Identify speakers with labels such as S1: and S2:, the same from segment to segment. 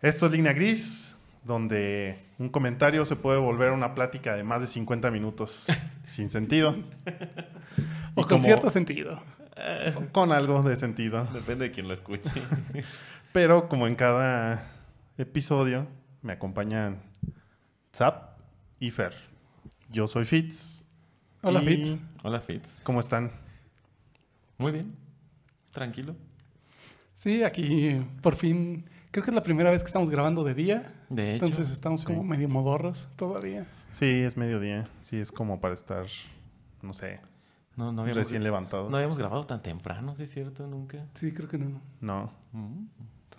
S1: Esto es Línea Gris, donde un comentario se puede volver una plática de más de 50 minutos sin sentido.
S2: O
S1: Y
S2: con
S1: como-
S2: cierto sentido.
S1: Con algo de sentido.
S3: Depende de quién lo escuche.
S1: Pero como en cada episodio, me acompañan Zap y Fer. Yo soy Fitz.
S2: Hola,
S1: Y-
S2: Fitz.
S3: Hola, Fitz.
S1: ¿Cómo están?
S3: Muy bien. Tranquilo.
S2: Sí, aquí por fin. Creo que es la primera vez que estamos grabando de día.
S3: De hecho.
S2: Entonces estamos como
S1: sí.
S2: medio modorros todavía.
S1: Sí, es mediodía. Sí, es como para estar, no sé,
S3: no, no, habíamos,
S1: recién levantados.
S3: no habíamos grabado tan temprano, ¿sí es cierto? Nunca.
S2: Sí, creo que no.
S1: No.
S3: Mm.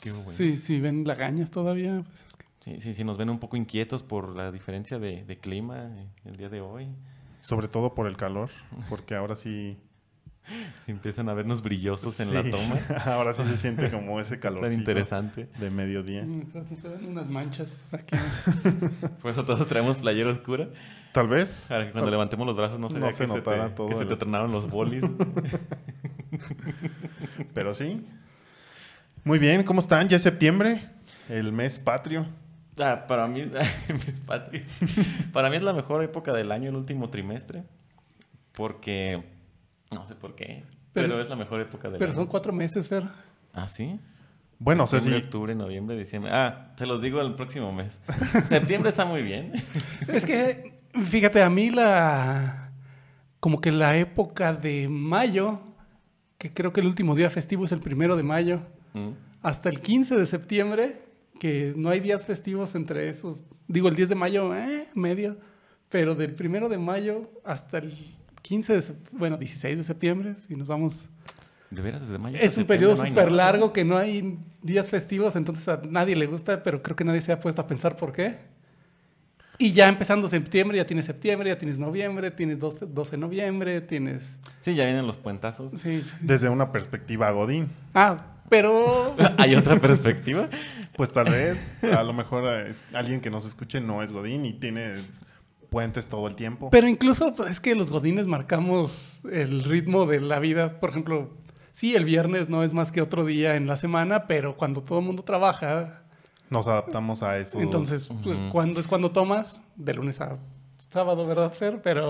S3: Qué bueno.
S2: Sí, sí, ven lagañas todavía. pues es que-
S3: Sí, sí, sí, nos ven un poco inquietos por la diferencia de, de clima eh, el día de hoy.
S1: Sobre todo por el calor, porque ahora sí...
S3: Sí, empiezan a vernos brillosos en la
S1: sí,
S3: toma.
S1: ahora sí se siente como ese
S3: Tan
S1: calorcito
S3: interesante.
S1: de mediodía.
S2: Mientras no se ven unas manchas aquí.
S3: Por eso todos traemos playera oscura.
S1: Tal vez.
S3: Para que cuando levantemos los brazos no se
S1: No
S3: vea
S1: se
S3: que, se
S1: notara
S3: te,
S1: todo
S3: que se
S1: el-
S3: te tronaron los bolis.
S1: Pero sí. Muy bien, ¿cómo están? Ya es septiembre, el mes patrio.
S3: Ah, para mí, mis patrios. para mí es la mejor época del año, el último trimestre, porque no sé por qué,
S2: Pero
S3: pero,
S2: es-
S3: es, la mejor época del
S2: Pero son
S3: año.
S2: cuatro meses, Fer.
S3: Ah, sí.
S1: Bueno, o sea,
S3: Septiembre,
S1: sí,
S3: octubre, noviembre, diciembre. Ah, te los digo el próximo mes. Septiembre está muy bien.
S2: Es que, fíjate, a mí la. Como que la época de mayo, que creo que el último día festivo es el primero de mayo,
S3: Mm.
S2: hasta el 15 de septiembre, que no hay días festivos entre esos. Digo, el 10 de mayo, eh, medio. Pero del primero de mayo hasta el 15 de sep- bueno, 16 de septiembre, si nos vamos.
S3: De veras, desde mayo.
S2: Es
S3: hasta
S2: un periodo
S3: septiembre no hay
S2: súper
S3: nada.
S2: largo que no hay días festivos, entonces a nadie le gusta, pero creo que nadie se ha puesto a pensar por qué. Y ya empezando septiembre, ya tienes septiembre, ya tienes noviembre, tienes 12, 12 de noviembre, tienes...
S3: Sí, ya vienen los puentazos.
S2: sí, sí.
S1: desde una perspectiva godín.
S2: Ah, pero...
S3: Hay otra perspectiva.
S1: Pues tal vez, a lo mejor eh, es- alguien que nos escuche no es godín y tiene puentes todo el tiempo.
S2: Pero incluso pues, es que los godines marcamos el ritmo de la vida. Por ejemplo, sí, el viernes no es más que otro día en la semana, pero cuando todo el mundo trabaja,
S1: Nos adaptamos a eso.
S2: entonces, pues, cuando es cuando tomas? De lunes a sábado, ¿verdad, Fer? Pero,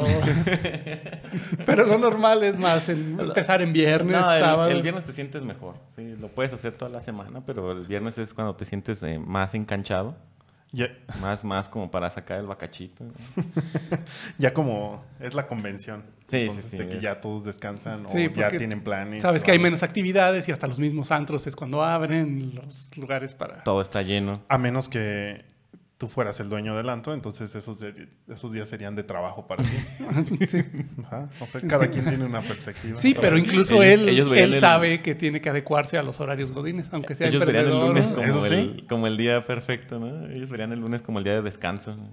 S2: pero lo normal es más en- empezar en viernes,
S3: No, el-
S2: sábado.
S3: el, viernes te sientes mejor. Sí, lo puedes hacer toda la semana, pero el viernes es cuando te sientes eh, más enganchado.
S1: ya,
S3: Más, más como para sacar el bacachito. ¿no?
S1: ya como es la convención.
S3: Sí,
S1: Entonces,
S3: sí, sí,
S1: de que
S3: es.
S1: ya todos descansan
S2: Sí,
S1: o ya
S2: porque
S1: tienen planes.
S2: Sabes
S1: o
S2: que hay
S1: algo.
S2: menos actividades y hasta los mismos antros es cuando abren los lugares para...
S3: Todo está lleno.
S1: A menos que tú fueras el dueño del antro, entonces esos, de- esos días serían de trabajo para ti.
S2: Sí.
S1: Ajá. O sea, cada quien tiene una perspectiva.
S2: Sí, pero incluso
S3: Ellos-
S2: él,
S3: ellos
S2: él
S3: verían el-
S2: sabe que tiene que adecuarse a los horarios godines, aunque sea
S3: Ellos
S2: el
S3: verían el
S2: perdedor,
S3: lunes
S2: ¿no?
S3: como,
S1: Eso sí.
S3: el, como el día perfecto, ¿no? Ellos verían el lunes como el día de descanso. ¿no?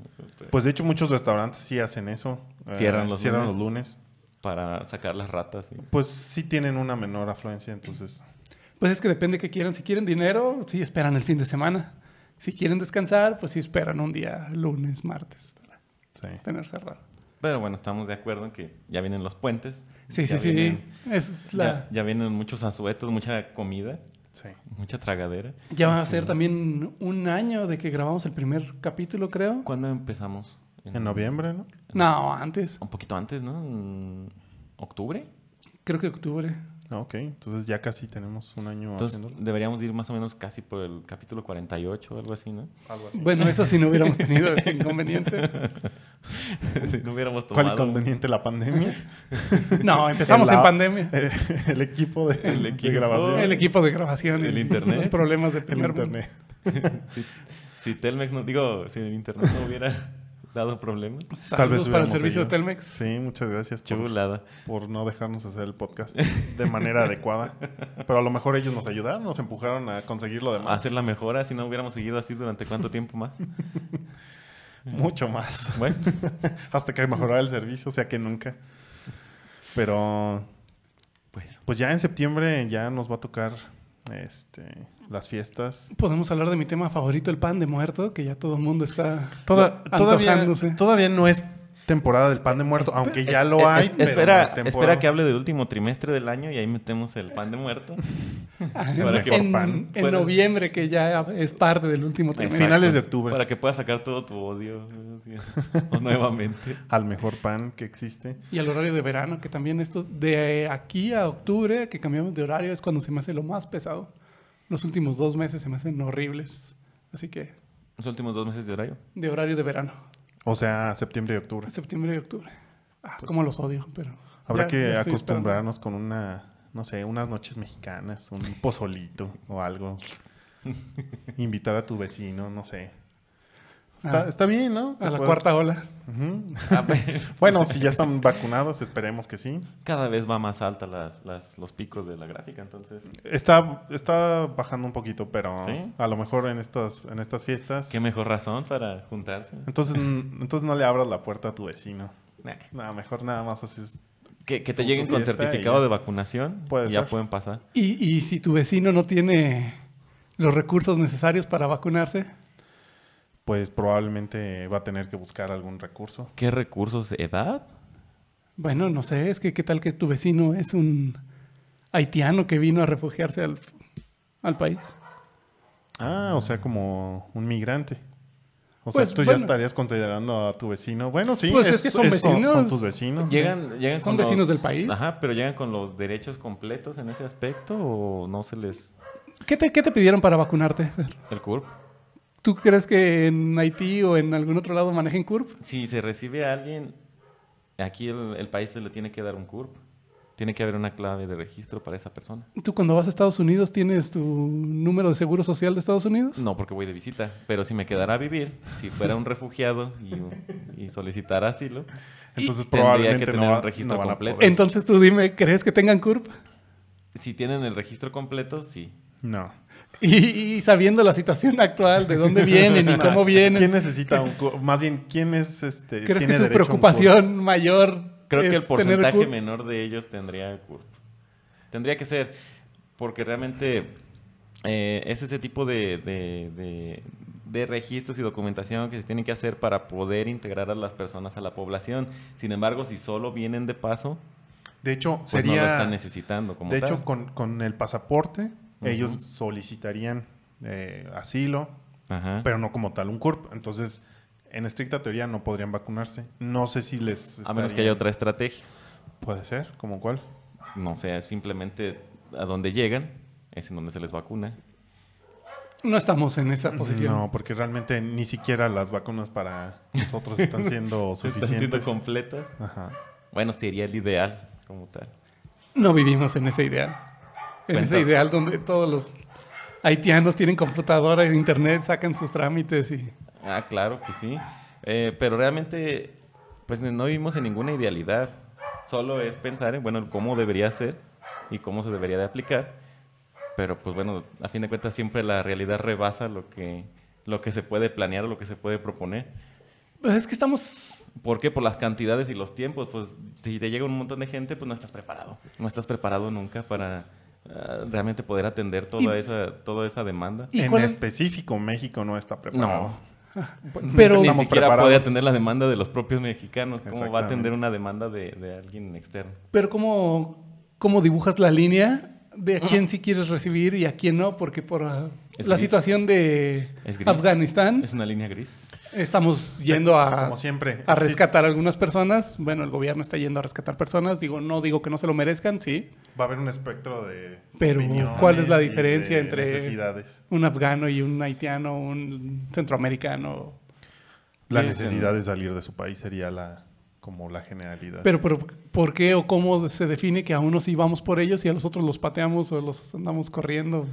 S1: Pues de hecho muchos restaurantes sí hacen eso. Eh,
S3: Cierran los
S1: cierran
S3: lunes.
S1: los lunes.
S3: Para sacar las ratas. ¿sí?
S1: Pues sí tienen una menor afluencia, entonces.
S2: Pues es que depende que quieran. Si quieren dinero, sí esperan el fin de semana. Si quieren descansar, pues sí esperan un día lunes, martes para
S1: Sí.
S2: tener cerrado.
S3: Pero bueno, estamos de acuerdo en que ya vienen los puentes.
S2: Sí,
S3: ya
S2: sí, sí.
S3: vienen-
S2: Eso es
S3: Ya,
S2: la...
S3: ya vienen muchos asuetos, mucha comida,
S1: Sí.
S3: mucha tragadera.
S2: Ya va a ser también un año de que grabamos el primer capítulo, creo.
S3: ¿Cuándo empezamos?
S1: En noviembre, ¿no?
S2: No, antes.
S3: Un poquito antes, ¿no? En octubre.
S2: Creo que octubre.
S1: Ah, Ok, entonces ya casi tenemos un año
S3: Entonces
S1: haciéndolo.
S3: deberíamos ir más o menos casi por el capítulo 48 o algo así, ¿no?
S2: Bueno, eso sí no hubiéramos tenido este inconveniente.
S3: si no hubiéramos
S1: ¿Cuál
S3: tomado
S1: inconveniente? ¿La pandemia?
S2: No, empezamos en
S1: La-
S2: pandemia.
S1: Eh, el equipo de,
S3: El
S1: de
S3: equipo.
S1: grabación.
S2: El equipo de grabación.
S3: El
S2: y
S3: internet.
S2: Los problemas de
S1: El
S2: primer mundo.
S1: internet.
S3: Si, si Telmex no digo, si el internet no hubiera dado problemas.
S1: Tal vez
S2: Saludos para el
S1: hubiéramos
S2: servicio de
S1: seguido.
S2: Telmex.
S1: Sí, muchas gracias por,
S3: Chulada.
S1: por no dejarnos hacer el podcast de manera adecuada. Pero a lo mejor ellos nos ayudaron, nos empujaron a conseguir lo demás.
S3: Hacer la mejora si no hubiéramos seguido así durante cuánto tiempo más.
S1: Mucho más.
S3: Bueno,
S1: Hasta que mejorara el servicio, o sea que nunca. Pero
S3: pues
S1: pues ya en septiembre ya nos va a tocar este, las fiestas.
S2: Podemos hablar de mi tema favorito, el pan de muerto, que ya todo el mundo está
S1: Toda-
S2: antojándose.
S1: todavía, todavía no es temporada del pan de muerto, aunque ya
S3: Es-
S1: lo
S3: es-
S1: hay.
S3: Eh, es-
S1: pero
S3: espera,
S1: no es temporada.
S3: espera que hable del último trimestre del año y ahí metemos el pan de muerto. Para que-
S2: en,
S1: pan.
S2: en
S3: Puedes-
S2: noviembre, que ya es parte del último trimestre.
S3: Exacto.
S1: Finales de octubre.
S3: Para que puedas sacar todo tu odio eh, nuevamente.
S1: Al mejor pan que existe.
S2: Y al horario de verano, que también estos de aquí a octubre, que cambiamos de horario, es cuando se me hace lo más pesado. Los últimos dos meses se me hacen horribles. Así que
S3: Los últimos dos meses de horario.
S2: de horario de verano,
S1: O sea, septiembre y octubre.
S2: septiembre y octubre. Ah, como los odio, pero.
S1: Pues Habrá
S2: ya-
S1: que
S2: ya estoy esperando.
S1: acostumbrarnos con una, no sé, unas noches mexicanas, un pozolito o algo. Invitar a tu vecino, no sé. Está,
S2: Ah.
S1: está bien, ¿no?
S2: A la
S1: Puedes-
S2: cuarta ola.
S1: Ujú.
S3: Ah, pero
S1: Bueno, si ya están vacunados, esperemos que sí.
S3: Cada vez va más alta las, las- los picos de la gráfica, entonces.
S1: Está, está bajando un poquito, pero
S3: ¿Sí?
S1: a lo mejor en estas, en estas fiestas.
S3: ¿Qué mejor razón para juntarse?
S1: Entonces, n- entonces no le abras la puerta a tu vecino.
S3: Nah.
S1: No, mejor nada más así es.
S3: Que, que te
S1: Tu-
S3: lleguen
S1: tu
S3: con
S1: fiesta y
S3: certificado
S1: ya.
S3: de vacunación.
S1: Puede
S3: y ya
S1: ser.
S3: pueden pasar.
S2: Y, y si tu vecino no tiene los recursos necesarios para vacunarse,
S1: Pues probablemente va a tener que buscar algún recurso.
S3: ¿Qué recursos? ¿Edad?
S2: bueno, no sé, es que qué tal que tu vecino es un haitiano que vino a refugiarse al, al país.
S1: Ah, o sea, como un migrante. O
S2: Pues,
S1: sea, tú
S2: bueno.
S1: ya estarías considerando a tu vecino. Bueno, sí,
S2: Pues es que son
S1: Son
S2: vecinos.
S1: tus vecinos.
S3: Llegan, llegan
S2: Son
S3: con los-
S2: vecinos del país.
S3: Ajá, pero llegan con los derechos completos en ese aspecto o no se les.
S2: ¿Qué te, qué te pidieron para vacunarte?
S3: El CURP.
S2: ¿Tú crees que en Haití o en algún otro lado manejen CURP?
S3: Si se recibe a alguien, aquí el, el país se le tiene que dar un CURP. Tiene que haber una clave de registro para esa persona.
S2: ¿Tú cuando vas a Estados Unidos tienes tu número de seguro social de Estados Unidos?
S3: No, porque voy de visita, pero si me quedara a vivir, si fuera un refugiado y, y solicitara asilo,
S1: Entonces
S3: tendría
S1: probablemente
S3: que tener
S1: no va-
S3: un registro
S1: no van a
S3: completo.
S1: poder.
S2: Entonces tú dime, ¿crees que tengan CURP?
S3: Si tienen el registro completo, sí.
S2: Eh,
S1: No.
S2: Y, y sabiendo la situación actual, de dónde vienen y cómo vienen,
S1: ¿Quién necesita un cu- Más bien, ¿quién es este?
S2: ¿crees
S1: tiene
S2: que
S1: derecho
S2: su
S1: a un cu-
S2: preocupación mayor
S3: Creo que el
S2: es tener
S3: porcentaje
S2: CURP?
S3: menor de ellos tendría el CURP. Tendría que ser, porque realmente eh, es ese tipo de, de- de- de registros y documentación que se tienen que hacer para poder integrar a las personas a la población. Sin embargo, si solo vienen de paso,
S1: De hecho,
S3: pues
S1: sería.
S3: no lo están necesitando como
S1: de
S3: tal.
S1: hecho, con, con el pasaporte,
S3: Ujú.
S1: ellos solicitarían eh, asilo,
S3: Ajá.
S1: pero no como tal un CURP. Entonces, en estricta teoría, no podrían vacunarse. No sé si les.
S3: a menos que
S1: estarían-
S3: haya otra estrategia.
S1: Puede ser, como cuál.
S3: No sé, simplemente a donde llegan es en donde se les vacuna.
S2: No estamos en esa posición.
S1: Mm, No, porque realmente ni siquiera las vacunas para nosotros están siendo
S3: Están siendo
S1: suficientes.
S3: completas.
S1: Ajá.
S3: Bueno, sería el ideal como tal.
S2: No vivimos en ese ideal. En
S3: Cuenta.
S2: ese ideal donde todos los haitianos tienen computadora e internet, sacan sus trámites y...
S3: Ah, claro que sí. Eh, pero realmente, pues no vivimos en ninguna idealidad. Solo es pensar en, bueno, cómo debería ser y cómo se debería de aplicar. Pero pues bueno, a fin de cuentas siempre la realidad rebasa lo que, lo que se puede planear o lo que se puede proponer.
S2: Pues es que estamos...
S3: ¿Por qué? Por las cantidades y los tiempos. Pues si te llega un montón de gente, pues no estás preparado. No estás preparado nunca para ah, realmente poder atender toda,
S2: Y-
S3: esa, toda esa demanda.
S2: ¿Y
S1: en
S2: cuál es-
S1: específico, México no está preparado.
S3: No.
S2: Pero-
S3: ni
S1: Pues, Estamos
S3: siquiera
S1: preparados.
S3: puede atender la demanda de los propios mexicanos. ¿Cómo va a atender
S1: Exactamente.
S3: una demanda de, de alguien externo?
S2: Pero ¿cómo, cómo dibujas la línea de a quién sí quieres recibir y a quién no? Porque por ah,
S3: Mm. Es
S2: la
S3: gris.
S2: situación de
S3: Es gris.
S2: Afganistán,
S3: Es una línea gris.
S2: estamos yendo a,
S1: Como siempre. existe-
S2: a rescatar a algunas personas. Bueno, el gobierno está yendo a rescatar personas. Digo, no digo que no se lo merezcan, sí.
S1: Va a haber un espectro de.
S2: Pero, ¿cuál es la
S1: opiniones y
S2: diferencia
S1: de
S2: entre-
S1: Necesidades.
S2: Un afgano y un haitiano, un centroamericano.
S1: La
S3: Sí,
S1: necesidad de salir de su país sería la como la generalidad.
S2: Pero, pero, ¿por qué o cómo se define que a unos sí vamos por ellos y a los otros los pateamos o los andamos corriendo?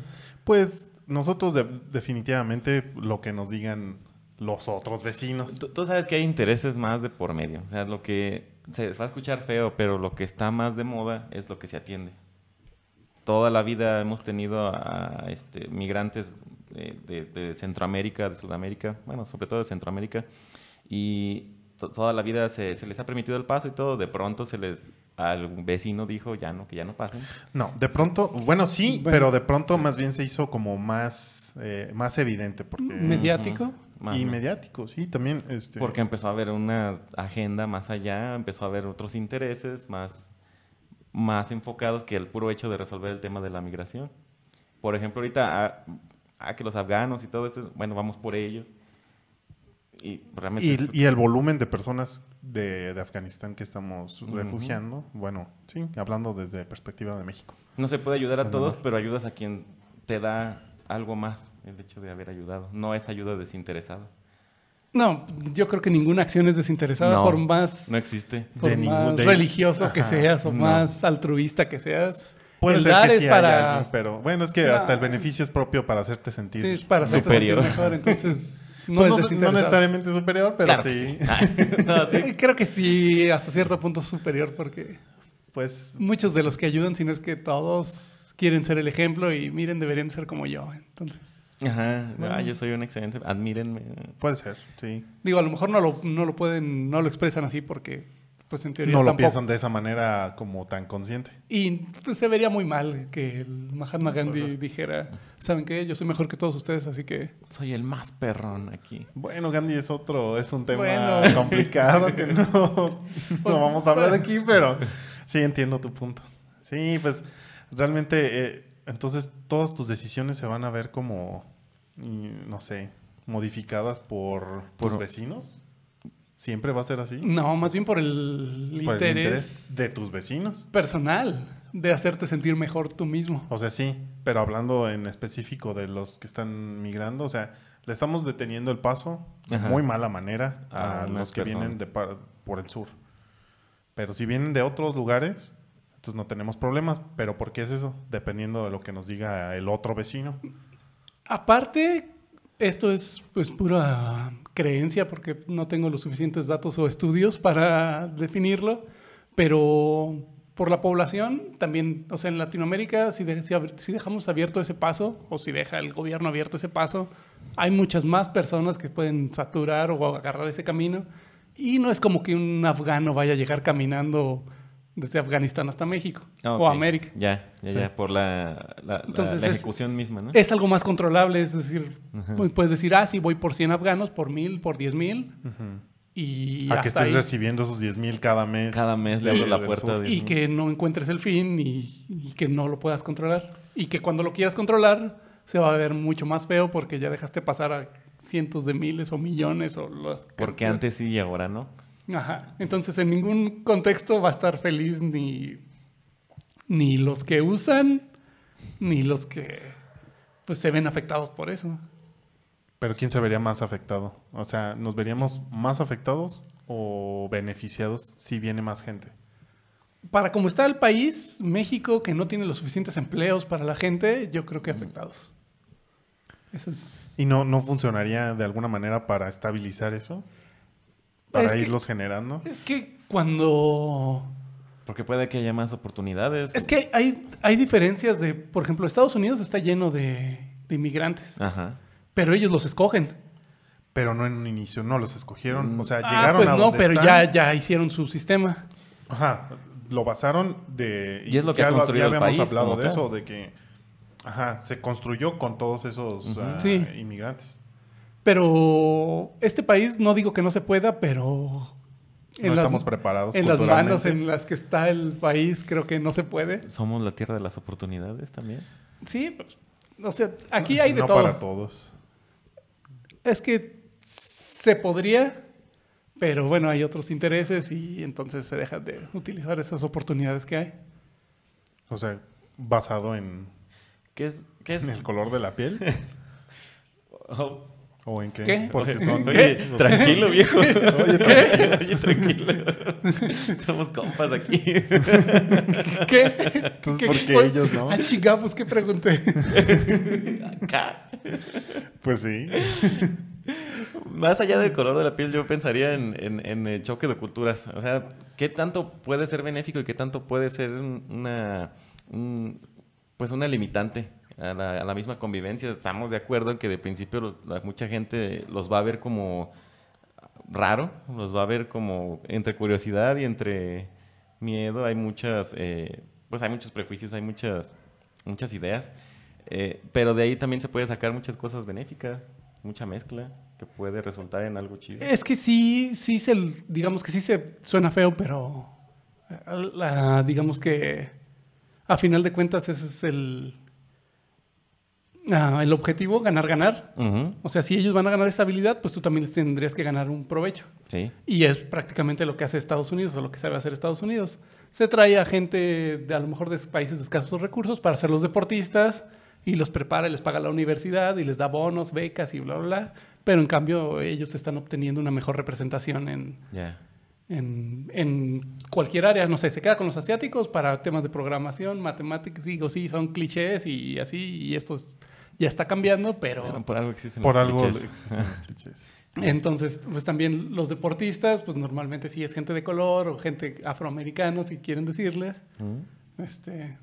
S1: pues nosotros de- definitivamente lo que nos digan los otros vecinos.
S3: Tú, tú sabes que hay intereses más de por medio. O sea, lo que se va a escuchar feo, pero lo que está más de moda es lo que se atiende. Toda la vida hemos tenido a, a, este, migrantes eh, de, de Centroamérica, de Sudamérica, bueno, sobre todo de Centroamérica, y to- toda la vida se, se les ha permitido el paso y todo. De pronto se les algún vecino dijo ya no, que ya no pasen.
S1: No, de pronto, bueno, sí,
S2: Bueno.
S1: pero de pronto más bien se hizo como más, eh, más evidente porque
S2: ¿Mediático?
S3: Ujú. más,
S1: y
S3: ¿no?
S1: mediáticos, sí, también. Este,
S3: Porque empezó a haber una agenda más allá, empezó a haber otros intereses más, más enfocados que el puro hecho de resolver el tema de la migración. Por ejemplo, ahorita a, a que los afganos y todo esto, bueno, vamos por ellos. Y realmente es-
S1: y, y el volumen de personas de, de Afganistán que estamos refugiando, bueno, sí, hablando desde perspectiva de México.
S3: no se puede ayudar a
S1: Nada
S3: todos,
S1: más.
S3: pero ayudas a quien te da algo más, el hecho de haber ayudado. No es ayuda desinteresada.
S2: No, yo creo que ninguna acción es desinteresada
S3: No,
S2: por más,
S3: No existe.
S2: por
S1: De ningún-
S2: más
S1: de-
S2: religioso que
S1: Ajá,
S2: seas o
S3: no.
S2: más altruista que seas.
S1: Puede
S2: el
S1: ser
S2: dar
S1: que
S2: es
S1: sí
S2: para,
S1: haya algo, pero bueno, es que hasta el
S2: Ah.
S1: beneficio es propio para hacerte sentir.
S2: sí, es para hacerte
S3: superior.
S2: sentir mejor, entonces no
S1: Pues
S2: es
S1: no, no
S2: desinteresado.
S1: necesariamente superior, pero
S3: Claro que
S1: sí.
S3: sí. Ah, No,
S2: Sí,
S3: sí.
S2: Eh, Creo que sí, hasta cierto punto superior, porque
S1: Pues
S2: muchos de los que ayudan, si no es que todos quieren ser el ejemplo y miren, deberían ser como yo. Entonces,
S3: Ajá. Ah, yo soy un excelente. Admírenme.
S1: puede ser, sí.
S2: digo, a lo mejor no lo, no lo pueden, no lo expresan así porque, pues en teoría
S1: No lo
S2: tampoco.
S1: piensan de esa manera como tan consciente.
S2: Y pues, se vería muy mal que el Mahatma Gandhi
S1: Pues,
S2: dijera, ¿saben qué? Yo soy mejor que todos ustedes, así que...
S3: Soy el más perrón aquí.
S1: Bueno, Gandhi es otro, es un tema
S2: Bueno.
S1: complicado que no, no vamos a hablar aquí, pero sí entiendo tu punto. Sí, pues realmente, eh, entonces todas tus decisiones se van a ver como, mm, no sé, modificadas por, tus
S3: Por-
S1: vecinos. ¿Siempre va a ser así?
S2: No, más bien por el,
S1: Por el
S2: interés
S1: interés de tus vecinos.
S2: personal de hacerte sentir mejor tú mismo.
S1: O sea, sí, pero hablando en específico de los que están migrando, o sea, le estamos deteniendo el paso de
S3: Ajá.
S1: muy mala manera a,
S3: A unas
S1: los que vienen
S3: personas.
S1: de par- por el sur. Pero si vienen de otros lugares, entonces no tenemos problemas. ¿Pero por qué es eso? Dependiendo de lo que nos diga el otro vecino.
S2: Aparte, esto es pues pura creencia porque no tengo los suficientes datos o estudios para definirlo, pero por la población también, o sea, en Latinoamérica, si, de- si ab- si dejamos abierto ese paso o si deja el gobierno abierto ese paso, hay muchas más personas que pueden saturar o agarrar ese camino y no es como que un afgano vaya a llegar caminando desde Afganistán hasta México
S3: Ah,
S2: o
S3: ok.
S2: América.
S3: Ya, ya,
S1: Sí.
S3: ya, por la, la- la-
S2: Entonces
S3: la
S2: es-
S3: ejecución misma, ¿no?
S2: es algo más controlable, es decir, pu- puedes decir, ah, sí, voy por 100 afganos, por 1000, por 10000 y
S1: a que
S2: hasta
S1: estés
S2: ahí.
S1: recibiendo esos 10 mil cada mes.
S3: Cada mes le abro
S1: de-
S3: la
S1: del
S3: puerta
S1: sur.
S3: de-
S2: y que no encuentres el fin y, y que no lo puedas controlar. Y que cuando lo quieras controlar se va a ver mucho más feo porque ya dejaste pasar a cientos de miles o millones o las...
S3: Porque
S2: cantidades.
S3: antes sí y ahora no.
S2: Ajá. Entonces en ningún contexto va a estar feliz ni, ni los que usan, ni los que pues se ven afectados por eso.
S1: Pero ¿quién se vería más afectado? O sea, ¿nos veríamos más afectados o beneficiados si viene más gente?
S2: Para como está el país, México, que no tiene los suficientes empleos para la gente, yo creo que afectados. Eso es.
S1: ¿Y no, no funcionaría de alguna manera para estabilizar eso? ¿Para
S2: Es que-
S1: irlos generando?
S2: Es que cuando.
S3: Porque puede que haya más oportunidades.
S2: Es que hay, hay diferencias de. Por ejemplo, Estados Unidos está lleno de, de inmigrantes,
S1: Ah.
S3: Ajá.
S2: pero ellos los escogen.
S1: Pero no en un inicio, no los escogieron.
S3: Mm.
S1: O sea,
S2: Ah,
S1: llegaron
S2: pues
S1: a
S2: no,
S1: donde
S2: pero ya,
S1: están.
S2: ya hicieron su sistema.
S1: Ajá, lo basaron de...
S3: Y es lo que
S1: ya
S3: ha construido
S1: ya
S3: el
S1: habíamos
S3: país
S1: hablado
S3: como
S1: de
S3: tal.
S1: eso, de que... Ajá, se construyó con todos esos
S3: Ujú.
S1: ah,
S2: Sí.
S1: inmigrantes.
S2: Pero este país, no digo que no se pueda, pero.
S1: No estamos preparados
S2: En las manos
S1: culturalmente.
S2: en las que está el país, creo que no se puede.
S3: Somos la tierra de las oportunidades también.
S2: Sí, pues, o sea, aquí hay de
S1: no
S2: todo.
S1: para todos.
S2: Es que se podría, pero bueno, hay otros intereses y entonces se dejan de utilizar esas oportunidades que hay.
S1: O sea, basado en,
S3: ¿Qué es? ¿Qué es?
S1: en el color de la piel.
S3: Oh,
S1: ¿O en qué?
S2: ¿Qué?
S1: Porque son...
S3: Oye,
S1: Oye,
S3: tranquilo, viejo.
S1: oye,
S3: Oye, tranquilo. Somos compas aquí.
S2: ¿Qué?
S1: Entonces, ¿por qué ellos no?
S2: Ah, chinga, pues, ¿qué pregunté?
S3: Acá.
S1: Pues sí.
S3: Más allá del color de la piel, yo pensaría en, en- en el choque de culturas. O sea, ¿qué tanto puede ser benéfico y qué tanto puede ser un- una, un- pues una limitante a la, a la misma convivencia? Estamos de acuerdo en que de principio lo- la- mucha gente los va a ver como raro, los va a ver como entre curiosidad y entre miedo. Hay muchas, eh, pues hay muchos prejuicios, hay muchas, muchas ideas. Eh, pero de ahí también se puede sacar muchas cosas benéficas. mucha mezcla que puede resultar en algo chido.
S2: Es que sí, sí se, digamos que sí se suena feo, pero eh, la- digamos que a final de cuentas ese es el, ah, el objetivo, ganar, ganar.
S3: Ujú,
S2: O sea, si ellos van a ganar esa habilidad, pues tú también les tendrías que ganar un provecho.
S3: Sí.
S2: Y es prácticamente lo que hace Estados Unidos o lo que sabe hacer Estados Unidos. Se trae a gente de a lo mejor de países de escasos recursos para ser los deportistas y los prepara y les paga la universidad y les da bonos, becas y bla, bla, bla. Pero en cambio ellos están obteniendo una mejor representación en,
S3: Ya.
S2: en, en cualquier área. No sé, se queda con los asiáticos para temas de programación, matemáticas. Digo, sí, son clichés y así. Y esto es- ya está cambiando, pero...
S3: Bueno, por algo existen
S1: Por
S3: los
S1: algo
S3: clichés.
S1: existen los clichés.
S2: Entonces, pues también los deportistas, pues normalmente sí es gente de color o gente afroamericana, si quieren decirles.
S3: Ujú.
S2: Este,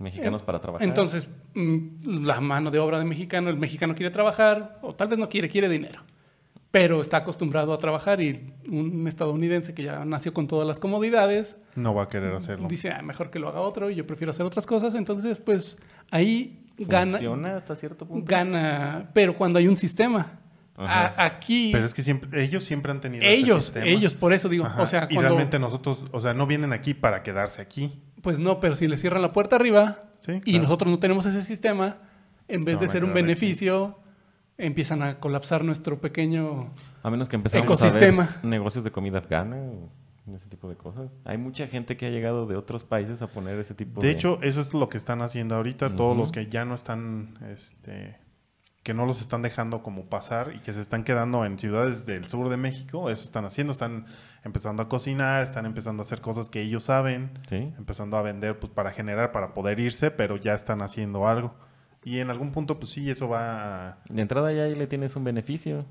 S3: Mexicanos para trabajar.
S2: entonces, mm, la mano de obra de mexicano, el mexicano quiere trabajar, o tal vez no quiere, quiere dinero, pero está acostumbrado a trabajar y un estadounidense que ya nació con todas las comodidades,
S1: No va a querer hacerlo.
S2: dice, "Ah, mejor que lo haga otro, yo prefiero hacer otras cosas, entonces, pues ahí gana,
S3: Funciona hasta cierto punto.
S2: gana, pero cuando hay un sistema.
S3: Ajá.
S2: A- aquí
S1: Pero es que siempre, ellos siempre han tenido ese
S2: ellos,
S1: sistema.
S2: ellos, por eso digo,
S1: Ajá,
S2: o sea,
S1: y
S2: cuando-
S1: realmente nosotros, o sea, no vienen aquí para quedarse aquí.
S2: pues no, pero si le cierran la puerta arriba
S1: Sí,
S2: y
S1: claro.
S2: nosotros no tenemos ese sistema, en
S1: Se
S2: vez de
S1: van a
S2: ser un
S1: quedar aquí.
S2: beneficio, empiezan a colapsar nuestro pequeño...
S3: A menos que empezamos a
S2: Ecosistema.
S3: ver negocios de comida afgana o ese tipo de cosas. Hay mucha gente que ha llegado de otros países a poner ese tipo
S1: De hecho, eso es lo que están haciendo ahorita. Todos
S3: Ujú.
S1: los que ya no están, este, que no los están dejando como pasar y que se están quedando en ciudades del sur de México, eso están haciendo. Están empezando a cocinar, están empezando a hacer cosas que ellos saben,
S3: Sí.
S1: empezando a vender pues, para generar, para poder irse, pero ya están haciendo algo. Y en algún punto, pues sí, eso va a...
S3: De entrada ya ahí le tienes un beneficio.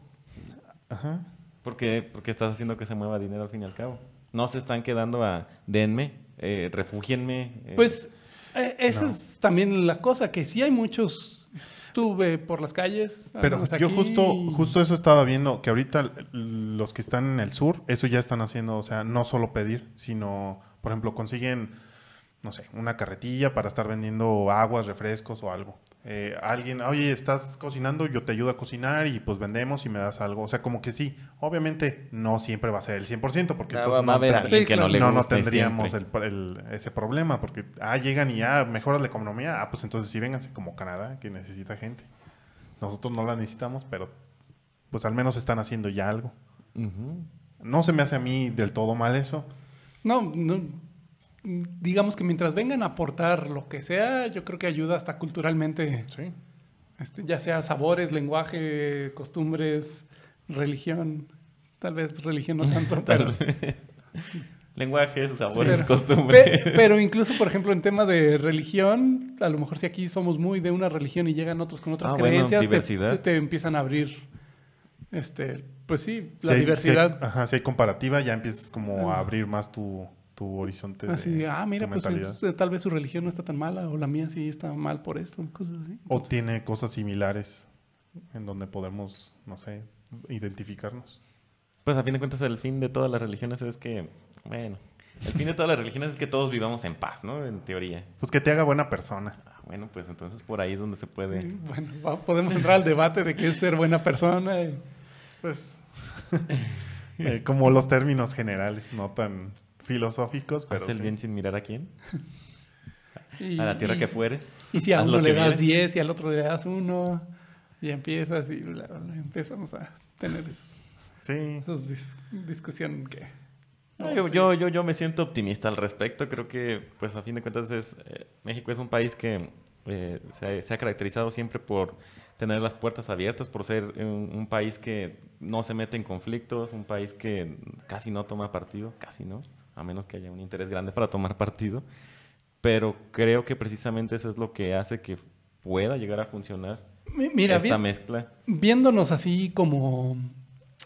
S1: Ajá.
S3: Porque, porque estás haciendo que se mueva dinero al fin y al cabo. No se están quedando a denme, eh, refúgienme. eh,
S2: Pues eh, esa
S1: No.
S2: es también la cosa, que sí hay muchos, tuve por las calles.
S1: Pero
S2: algunos
S1: yo
S2: Ah, pues aquí,
S1: justo, justo eso estaba viendo, que ahorita l- los que están en el sur, eso ya están haciendo, o sea, no solo pedir, sino, por ejemplo, consiguen, no sé, una carretilla para estar vendiendo aguas, refrescos o algo. Eh, alguien, oye, estás cocinando, yo te ayudo a cocinar y pues vendemos y me das algo. O sea, como que sí, obviamente no siempre va a ser el 100%, porque
S3: va-
S1: entonces
S3: va a haber
S1: tendría-
S3: alguien
S2: Sí,
S3: que no
S2: claro.
S3: le
S1: no, no
S3: guste
S1: tendríamos
S3: siempre.
S1: el- el- ese problema, porque ah, llegan y ah, mejoras la economía, ah, pues entonces sí vénganse como Canadá, que necesita gente. Nosotros no la necesitamos, pero pues al menos están haciendo ya algo.
S3: Ujú.
S1: No se me hace a mí del todo mal eso.
S2: No, no, digamos que mientras vengan a aportar lo que sea, yo creo que ayuda hasta culturalmente.
S1: Sí.
S2: Este, ya sea sabores, lenguaje, costumbres, religión. Tal vez religión no tanto, pero,
S3: Lenguajes, sabores,
S2: pero-
S3: costumbres.
S2: pe- pero incluso, por ejemplo, en tema de religión, a lo mejor si aquí somos muy de una religión y llegan otros con otras
S3: Ah, bueno,
S2: creencias, te-
S3: diversidad.
S2: te, te empiezan a abrir, este, pues sí,
S1: Si
S2: la
S1: hay-
S2: diversidad.
S1: Si hay, ajá, si hay comparativa, ya empiezas como a abrir más tu, tu horizonte. este, de-
S2: Así, de, ah, mira,
S1: tu
S2: pues
S1: mentalidad.
S2: entonces, tal vez su religión no está tan mala, o la mía sí está mal por esto, cosas así.
S1: O tiene cosas similares en donde podemos, no sé, identificarnos.
S3: Pues a fin de cuentas el fin de todas las religiones es que, bueno, el fin de todas las religiones es que todos vivamos en paz, ¿no? En teoría.
S1: Pues que te haga buena persona.
S3: Ah, bueno, pues entonces por ahí es donde se puede...
S2: Bueno, va- podemos entrar al debate de qué es ser buena persona. y, pues,
S1: Eh, como los términos generales, no tan filosóficos, pero
S3: Haz el
S1: sí.
S3: bien sin mirar a quién.
S2: y-
S3: A la tierra
S2: y-
S3: que fueres.
S2: Y si a
S3: Haz
S2: uno
S3: lo que
S2: le das
S3: vieres.
S2: 10 y al otro le das 1, y empiezas y bla, bla, bla, empezamos a tener es-
S1: Sí.
S2: esas dis- discusión que... pues,
S3: No, yo, yo, yo, yo me siento optimista al respecto. Creo que, pues, a fin de cuentas, es, eh, México es un país que eh, se, ha- se ha caracterizado siempre por tener las puertas abiertas, por ser un, un país que no se mete en conflictos, un país que casi no toma partido, casi no, a menos que haya un interés grande para tomar partido. Pero creo que precisamente eso es lo que hace que pueda llegar a funcionar
S2: Mi- Mira,
S3: esta
S2: vi-
S3: mezcla.
S2: viéndonos así como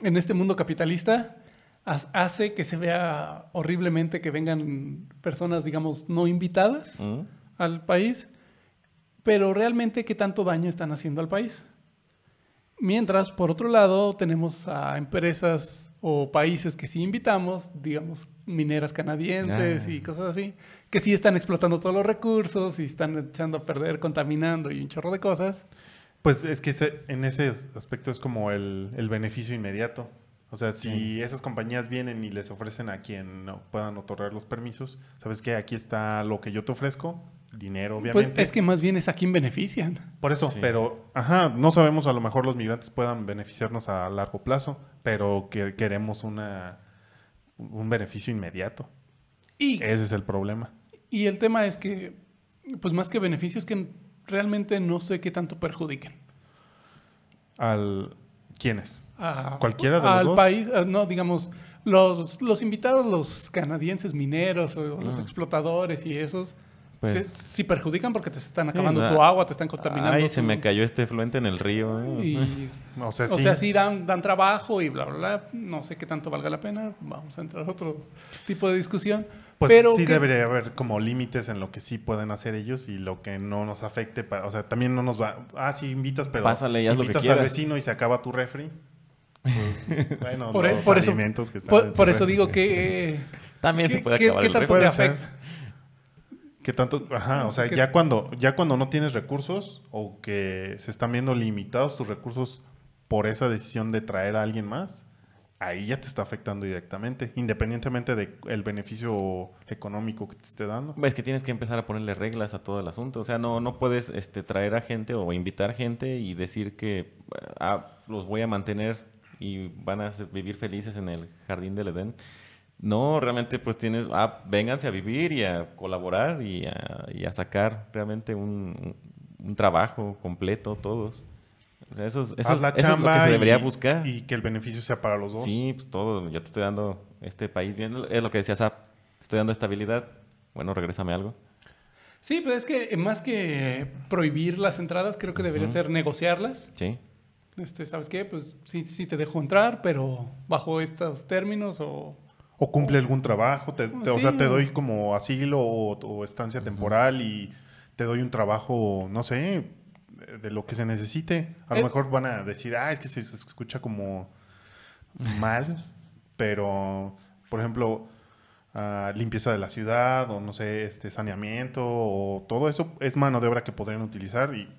S2: en este mundo capitalista, has- hace que se vea horriblemente que vengan personas, digamos, no invitadas
S3: ¿Mm?
S2: al país, pero realmente qué tanto daño están haciendo al país. Mientras, por otro lado, tenemos a empresas o países que sí invitamos, digamos, mineras canadienses
S3: Ah.
S2: y cosas así, que sí están explotando todos los recursos y están echando a perder, contaminando y un chorro de cosas.
S1: Pues es que ese- en ese as- aspecto es como el, el beneficio inmediato. O sea, si esas compañías vienen y les ofrecen a quien no puedan otorgar los permisos, sabes que aquí está lo que yo te ofrezco, dinero,
S2: Pues
S1: obviamente.
S2: es que más bien es a quien benefician.
S1: Por eso,
S3: Sí.
S1: pero, ajá, no sabemos, a lo mejor los migrantes puedan beneficiarnos a largo plazo, pero que queremos una, un beneficio inmediato.
S2: Y,
S1: Ese es el problema.
S2: y el tema es que, pues más que beneficios, que realmente no sé qué tanto perjudiquen.
S1: Al, ¿Quiénes?
S2: a-
S1: ¿Cualquiera de los
S2: al
S1: dos?
S2: país, ah, no, digamos, los, los invitados, los canadienses mineros o los
S3: Ah.
S2: explotadores y esos,
S3: Pues.
S2: se- si perjudican porque te están
S3: Sí,
S2: acabando
S3: la-
S2: tu agua, te están contaminando.
S3: Ay, se
S2: tu-
S3: me cayó este fluente en el río. ¿eh?
S2: y-
S1: O sea,
S2: o
S1: sí.
S2: sea, sí dan, dan trabajo y bla, bla, bla. No sé qué tanto valga la pena. Vamos a entrar a otro tipo de discusión.
S1: Pues
S2: pero
S1: sí
S2: que-
S1: debería haber como límites en lo que sí pueden hacer ellos y lo que no nos afecte. Para, o sea, también no nos va... Ah, sí, invitas, pero
S3: Pásale y haz lo que
S1: invitas al
S3: quieras.
S1: vecino y se acaba tu refri. Pues, bueno,
S2: Por, e-
S1: los
S2: por eso,
S1: alimentos que están
S2: por-
S1: en tu
S2: por eso
S1: refri.
S2: digo que... eh,
S3: También
S2: ¿qué-
S3: se puede
S2: qué-
S3: acabar
S2: qué
S3: el
S2: tanto
S3: refri.
S1: Puede
S2: te
S1: ser.
S2: afecta?
S1: Que tanto, ajá,
S2: No
S1: o
S2: sé
S1: sea,
S2: qué-
S1: ya cuando, ya cuando no tienes recursos o que se están viendo limitados tus recursos por esa decisión de traer a alguien más, ahí ya te está afectando directamente, independientemente del beneficio económico que te esté dando.
S3: Es que tienes que empezar a ponerle reglas a todo el asunto. O sea, no, no puedes este, traer a gente o invitar gente y decir que ah, los voy a mantener y van a ser- vivir felices en el jardín del Edén. No, realmente pues tienes, ah, vénganse a vivir y a colaborar y a, y a sacar realmente un, un- un trabajo completo todos. O sea, eso es, eso
S1: Haz
S3: es-
S1: la
S3: eso es lo que
S1: chamba
S3: se debería
S1: y-
S3: buscar.
S1: Y que el beneficio sea para los dos.
S3: Sí, pues todo. Yo te estoy dando este país bien. Es lo que decía Zap. Te estoy dando estabilidad. Bueno, regrésame algo.
S2: Sí, pero es que eh, más que prohibir las entradas, creo que debería
S3: Ujú.
S2: ser negociarlas.
S3: Sí.
S2: este, ¿sabes qué? Pues sí, sí te dejo entrar, pero bajo estos términos o...
S1: O cumple algún trabajo, te- te- o
S2: Sí.
S1: sea, te doy como asilo o, o estancia temporal y te doy un trabajo, no sé, de lo que se necesite. A
S2: Eh.
S1: lo mejor van a decir, ah, es que se, se escucha como mal, pero, por ejemplo, ah, limpieza de la ciudad o, no sé, este saneamiento o todo eso es mano de obra que podrían utilizar y,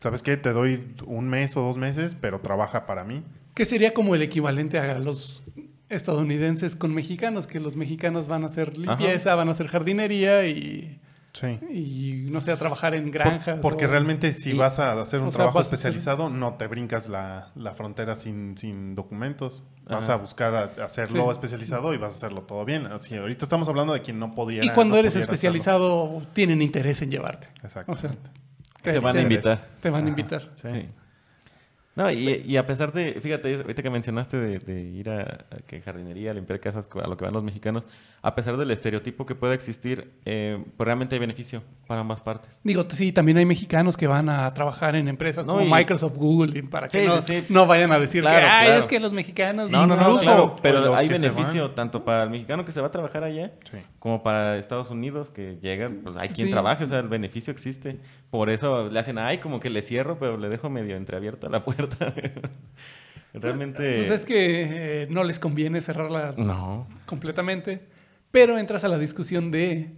S1: ¿sabes qué? Te doy un mes o dos meses, pero trabaja para mí.
S2: Que sería como el equivalente a los estadounidenses con mexicanos, que los mexicanos van a hacer limpieza, van a hacer jardinería y,
S1: Sí.
S2: y, no sé, a trabajar en
S1: Por-
S2: granjas.
S1: porque
S2: o-
S1: realmente si
S3: Y-
S1: vas a hacer un
S2: o sea,
S1: trabajo
S2: vas a hacer-
S1: especializado, no te brincas la, la frontera sin, sin documentos. Vas
S3: Ajá.
S1: a buscar a- hacerlo
S2: Sí.
S1: especializado y vas a hacerlo todo bien. Así, ahorita estamos hablando de quien no podía.
S2: Y cuando
S1: no
S2: eres
S1: pudiera
S2: especializado, tienen interés en llevarte.
S1: hacerlo. Exacto.
S2: O sea,
S3: Te, van a invitar.
S2: Te van a
S1: Ajá.
S2: invitar.
S1: Sí.
S3: Sí. No, y, y a pesar de, fíjate, ahorita que mencionaste de, de ir a, a que jardinería, a limpiar casas, a lo que van los mexicanos, a pesar del estereotipo que pueda existir, eh, pues realmente hay beneficio para ambas partes.
S2: Digo, sí, también hay mexicanos que van a trabajar en empresas
S3: No,
S2: como
S3: y-
S2: Microsoft, Google, y para que
S3: Sí,
S2: no,
S3: sí, sí.
S2: no vayan a decir
S3: Claro,
S2: que, ay,
S3: claro.
S2: es que los mexicanos...
S3: No, no, no,
S1: Incluso
S3: claro, pero
S1: los
S3: hay
S1: que se
S3: beneficio tanto para el mexicano que se va a trabajar allá
S1: Sí.
S3: como para Estados Unidos que llegan, pues hay quien
S2: Sí.
S3: trabaje, o sea, el beneficio existe. Por eso le hacen, ay, como que le cierro, pero le dejo medio entreabierta la puerta. Realmente...
S2: Pues es que eh, no les conviene cerrarla
S3: No.
S2: completamente, pero entras a la discusión de...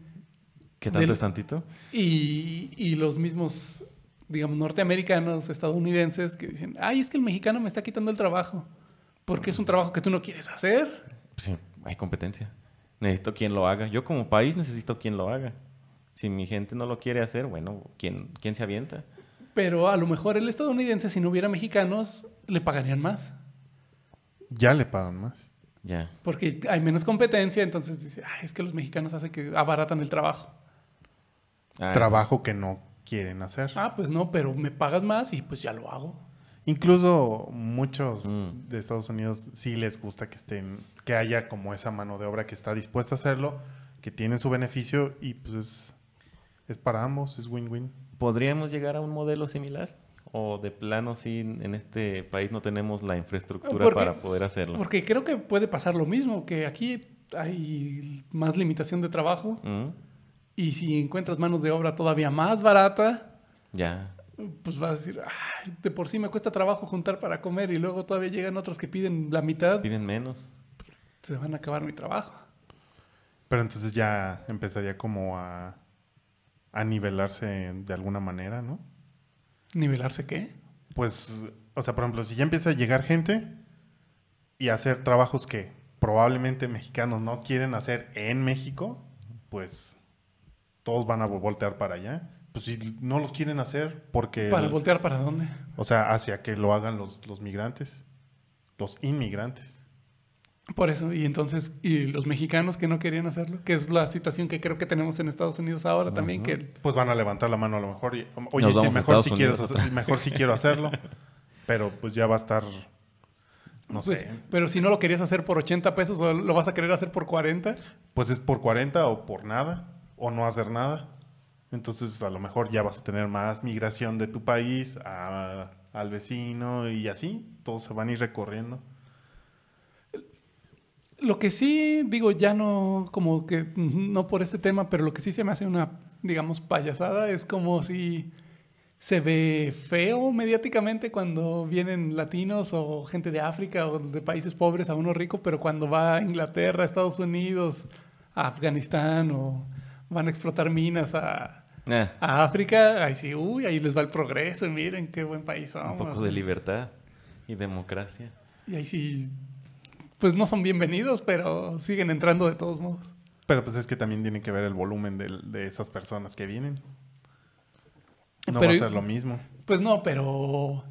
S3: ¿Qué tanto
S2: Del-
S3: es tantito?
S2: Y, y los mismos, digamos, norteamericanos, estadounidenses, que dicen, ay, es que el mexicano me está quitando el trabajo, porque es un trabajo que tú no quieres hacer.
S3: pues Sí, hay competencia. Necesito quien lo haga. Yo como país necesito quien lo haga. Si mi gente no lo quiere hacer, bueno, ¿quién, quién se avienta?
S2: Pero a lo mejor el estadounidense, si no hubiera mexicanos, le pagarían más,
S1: Ya le pagan más.
S3: Ya.
S2: porque hay menos competencia, entonces dice, ay, es que los mexicanos hacen que abaratan el trabajo.
S3: Ah,
S1: Trabajo que no quieren hacer.
S2: Ah, pues no, pero me pagas más y pues ya lo hago.
S1: Incluso muchos
S3: Mm.
S1: de Estados Unidos sí les gusta que estén, que haya como esa mano de obra que está dispuesta a hacerlo, que tiene su beneficio y pues es, es para ambos, es win-win.
S3: ¿Podríamos llegar a un modelo similar? ¿O de plano sí en este país no tenemos la infraestructura
S2: Porque-
S3: para poder hacerlo?
S2: Porque creo que puede pasar lo mismo, que aquí hay más limitación de trabajo
S3: Mm,
S2: y si encuentras manos de obra todavía más barata,
S3: Ya.
S2: pues vas a decir, "Ay, de por sí me cuesta trabajo juntar para comer y luego todavía llegan otros que piden la mitad,
S3: Piden menos.
S2: se van a acabar mi trabajo.
S1: Pero entonces ya empezaría como a, a nivelarse de alguna manera, ¿no?
S2: ¿Nivelarse qué?
S1: Pues, o sea, por ejemplo, si ya empieza a llegar gente y a hacer trabajos que probablemente mexicanos no quieren hacer en México, pues todos van a voltear para allá. Pues si no los quieren hacer porque...
S2: ¿Para voltear para dónde?
S1: O sea, hacia que lo hagan los, los migrantes, los inmigrantes.
S2: Por eso, y entonces, y los mexicanos que no querían hacerlo, que es la situación que creo que tenemos en Estados Unidos ahora también,
S3: Ajá.
S2: que el-
S1: Pues van a levantar la mano a lo mejor. y, um,
S3: Nos
S1: Oye, sí,
S3: vamos
S1: mejor,
S3: a Estados
S1: si quieres
S3: Unidos
S1: hacer- mejor si quiero hacerlo. Pero pues ya va a estar... No
S2: pues,
S1: sé.
S2: pero si no lo querías hacer por 80 pesos, ¿o lo vas a querer hacer por 40?
S1: pues es por 40 o por nada, o no hacer nada. Entonces a lo mejor ya vas a tener más migración de tu país a- al vecino y así, todos se van a ir recorriendo.
S2: Lo que sí, digo, ya no, como que mm, no por este tema, pero lo que sí se me hace una, digamos, payasada es como si se ve feo mediáticamente cuando vienen latinos o gente de África o de países pobres a uno rico, pero cuando va a Inglaterra, a Estados Unidos, a Afganistán o van a explotar minas a,
S3: Ah,
S2: a África, ahí sí, uy, ahí les va el progreso, y miren qué buen país somos.
S3: un poco de libertad y democracia. Ah,
S2: Y ahí sí, pues no son bienvenidos, pero siguen entrando de todos modos.
S1: Pero pues es que también tiene que ver el volumen del- de, esas personas que vienen. No va
S2: Pero-
S1: a ser lo mismo.
S2: Pues no, pero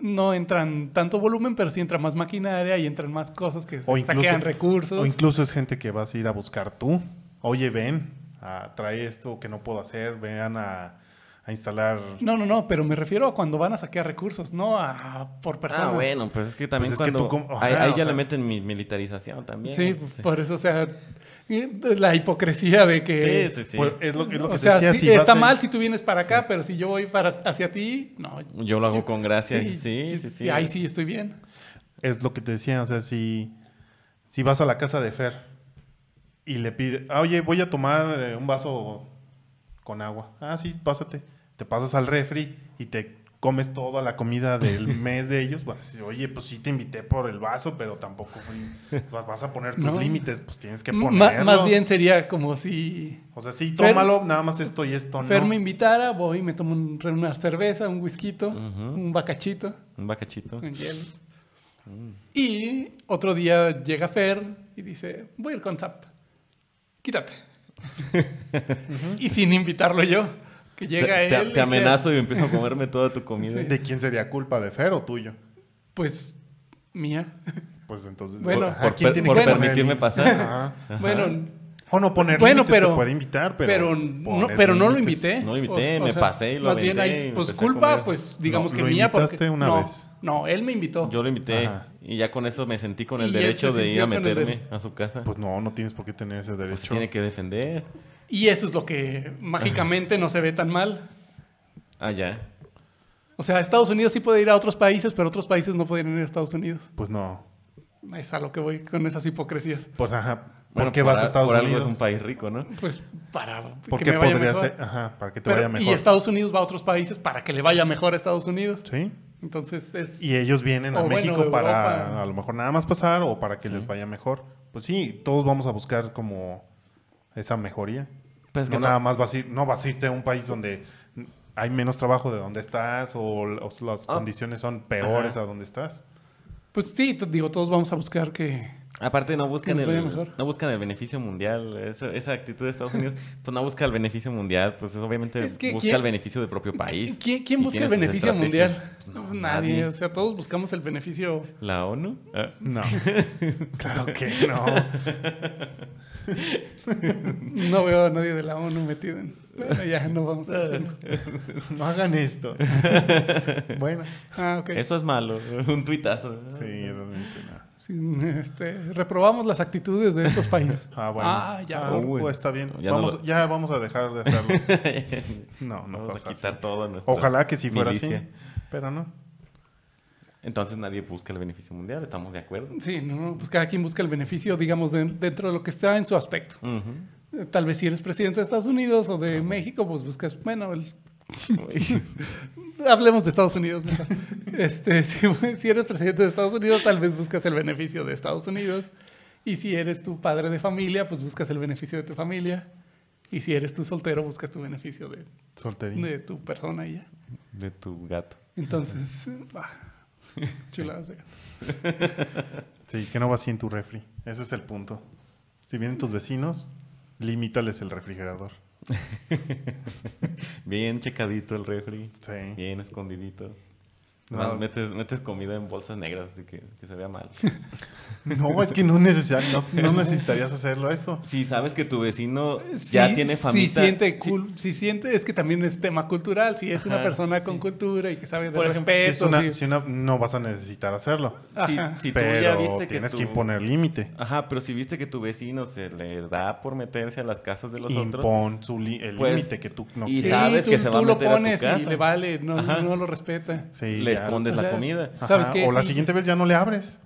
S2: no entran tanto volumen, pero sí entra más maquinaria y entran más cosas que
S1: O
S2: se
S1: incluso-
S2: saquean recursos.
S1: O incluso es gente que vas a ir a buscar tú. Oye, ven, ah, trae esto que no puedo hacer, vean a, a instalar...
S2: no, no, no, pero me refiero a cuando van a saquear recursos, no a por persona.
S3: Ah, bueno, pues es que también
S1: Pues es que
S3: cuando...
S1: tú como-
S3: ahí,
S1: ajá,
S3: ahí
S1: o
S3: ya
S1: sea-
S3: le meten mi- militarización también.
S2: Sí,
S3: ¿no?
S2: pues, por eso, o sea, la hipocresía de que...
S3: Sí, sí, sí.
S1: Pues, es lo, es lo que
S2: o
S1: te
S2: sea,
S1: decía,
S2: sí,
S1: si vas
S2: está
S1: a-
S2: mal si tú vienes para acá, pero si yo voy para hacia ti, no.
S3: Yo lo hago con gracia.
S2: sí,
S3: Sí, sí, sí.
S2: Ahí sí estoy bien.
S1: es lo que te decía, o sea, si, si vas a la casa de Fer y le pide, "Ah, oye, voy a tomar eh, un vaso con agua. Ah, sí, pásate. Te pasas al refri y te comes toda la comida del mes de ellos. Bueno, sí, oye, pues sí te invité por el vaso, pero tampoco fui- vas- vas a poner tus
S2: No.
S1: límites, pues tienes que
S2: M-
S1: ponerlos.
S2: ma- Más bien sería como si
S1: O sea, sí,
S2: Fer-
S1: tómalo, nada más esto y esto no.
S2: Fer me invitara, voy, me tomo un- una cerveza, un whisky, un bacachito
S3: Un bacachito.
S2: con hielos. Y otro día llega Fer y dice, voy a ir con Zap, quítate. y sin invitarlo yo, que
S3: Te,
S2: llega
S3: te-
S2: él.
S3: te
S2: y se-
S3: amenazo y empiezo a comerme toda tu comida.
S1: ¿De quién sería culpa? ¿De Fer o tuyo?
S2: Pues mía.
S1: Pues entonces...
S2: Bueno,
S1: ajá,
S3: por
S1: ¿quién
S3: per-
S1: tiene
S3: por
S1: que poner
S3: permitirme
S1: límites?
S3: pasar.
S1: Ajá.
S2: Bueno,
S1: O no poner
S2: Bueno,
S1: límites,
S2: pero-
S1: te puede invitar, pero...
S2: pero, no,
S1: pones
S2: pero no lo
S1: límites.
S2: invité.
S3: No lo invité, me pasé y lo
S2: Más bien
S3: aventé y
S2: ahí,
S3: me
S2: pues
S3: empecé a
S2: culpa,
S3: comer.
S2: pues digamos
S1: No,
S2: que
S1: lo
S2: mía. porque,
S1: invitaste una
S2: no,
S1: vez.
S2: No, él me invitó.
S3: Yo lo invité
S1: Ajá.
S3: y ya con eso me sentí con el
S2: Y él
S3: derecho
S2: se
S3: de ir
S2: sintió
S3: a
S2: con el
S3: meterme
S2: derecho.
S3: a su casa. Pues,
S1: Pues no, no tienes por qué tener ese derecho.
S3: se Pues tiene que defender.
S2: Y eso es lo que mágicamente no se ve tan mal.
S3: Ah, ya.
S2: O sea, Estados Unidos sí puede ir a otros países, pero otros países no pueden ir a Estados Unidos.
S1: Pues no.
S2: Es a lo que voy con esas hipocresías.
S1: Pues ajá. ¿Por
S3: Bueno,
S1: qué vas a
S3: al-
S1: Estados
S3: por algo
S1: Unidos?
S3: es un país rico, ¿no?
S2: Pues para
S1: ¿Por
S2: que
S1: qué
S2: me vaya
S1: podría
S2: mejor.
S1: ser? Ajá, para que te
S2: Pero-
S1: vaya mejor.
S2: Y Estados Unidos va a otros países para que le vaya mejor a Estados Unidos.
S1: Sí.
S2: Entonces es...
S1: Y ellos vienen a
S2: O bueno,
S1: México
S2: de Europa.
S1: para a lo mejor nada más pasar o para que
S3: Sí.
S1: les vaya mejor. Pues sí, todos vamos a buscar como esa mejoría.
S3: Pues
S1: no, nada más vas a ir, no vas a irte a un país donde hay menos trabajo de donde estás o, l- o las
S3: Ah.
S1: condiciones son peores
S3: Ajá.
S1: a donde estás.
S2: Pues sí, t- digo, todos vamos a buscar que...
S3: Aparte no buscan
S2: Que nos
S3: el
S2: vaya mejor.
S3: no buscan el beneficio mundial, esa, esa actitud de Estados Unidos, pues no busca el beneficio mundial, pues obviamente
S2: Es que
S3: busca
S2: ¿quién-
S3: el beneficio del propio país.
S2: ¿Quién,
S3: y
S2: quién busca
S3: tiene
S2: el
S3: sus
S2: beneficio
S3: estrategias.
S2: mundial?
S3: Pues, no,
S2: nadie.
S3: nadie.
S2: O sea, todos buscamos el beneficio...
S3: La ONU. Ah,
S1: No. claro que no.
S2: No veo a nadie de la ONU metido en... Bueno, ya, no vamos a decirlo.
S1: No hagan esto. bueno.
S2: Ah, ok.
S3: Eso es malo, un tuitazo.
S1: Sí, realmente no.
S2: Sí, este, reprobamos las actitudes de estos países.
S1: Ah, bueno.
S2: Ah, ya.
S1: Ah,
S3: Oh, bueno.
S1: pues está bien.
S3: Ya no
S1: vamos,
S3: lo-
S1: ya vamos a dejar de hacerlo. No, no
S3: Vamos a
S1: pasa
S3: quitar
S1: así.
S3: todo nuestro.
S1: Ojalá que si fuera así.
S3: milicia.
S1: Pero no.
S3: Entonces nadie busca el beneficio mundial, estamos de acuerdo.
S2: Sí, no, no, pues cada quien busca el beneficio, digamos, de- dentro de lo que está en su aspecto.
S3: Ujú.
S2: Eh, Tal vez si eres presidente de Estados Unidos o de México, pues buscas, bueno, el- hablemos de Estados Unidos. mejor. Este, si, si eres presidente de Estados Unidos, tal vez buscas el beneficio de Estados Unidos. Y si eres tu padre de familia, pues buscas el beneficio de tu familia. Y si eres tú soltero, buscas tu beneficio de,
S1: Solterín.
S2: de tu persona y ya.
S3: De tu gato.
S2: Entonces, ah, chuladas de gato.
S1: Sí, que no vacíe en tu refri. Ese es el punto. Si vienen tus vecinos, limítales el refrigerador.
S3: Bien checadito el refri.
S1: Sí.
S3: Bien escondidito.
S1: No.
S3: Además, metes, metes comida en bolsas negras, así que, que se vea mal.
S1: No, es que no, necesita- no, no necesitarías hacerlo eso.
S3: si sabes que tu vecino ya
S2: Sí,
S3: tiene
S2: sí
S3: familia.
S2: siente cul- Si siente, es que también es tema cultural. Si es una
S3: Ajá,
S2: persona con
S3: sí.
S2: cultura y que sabe de
S3: Por ejemplo,
S1: Si es
S2: respeto.
S1: una-
S2: sí.
S1: si una- no vas a necesitar hacerlo.
S3: si,
S2: Ajá.
S3: si tú
S1: pero
S3: ya viste que
S1: tienes que
S3: tu-
S1: imponer límite.
S3: Ajá, pero si viste que tu vecino se le da por meterse a las casas de los otros.
S1: Impon su li- el
S3: Pues,
S1: límite que tú no
S3: y
S1: quieres.
S2: Sí,
S3: sabes que se va a meter a tu
S2: lo pones y
S3: casa.
S2: le vale, no,
S3: Ajá.
S2: no lo respeta.
S1: Sí,
S3: Le
S1: ya.
S3: escondes
S2: O
S3: la
S2: sea,
S3: comida.
S1: Ajá,
S2: ¿Sabes qué?
S1: O la
S2: Sí.
S1: siguiente vez ya no le abres.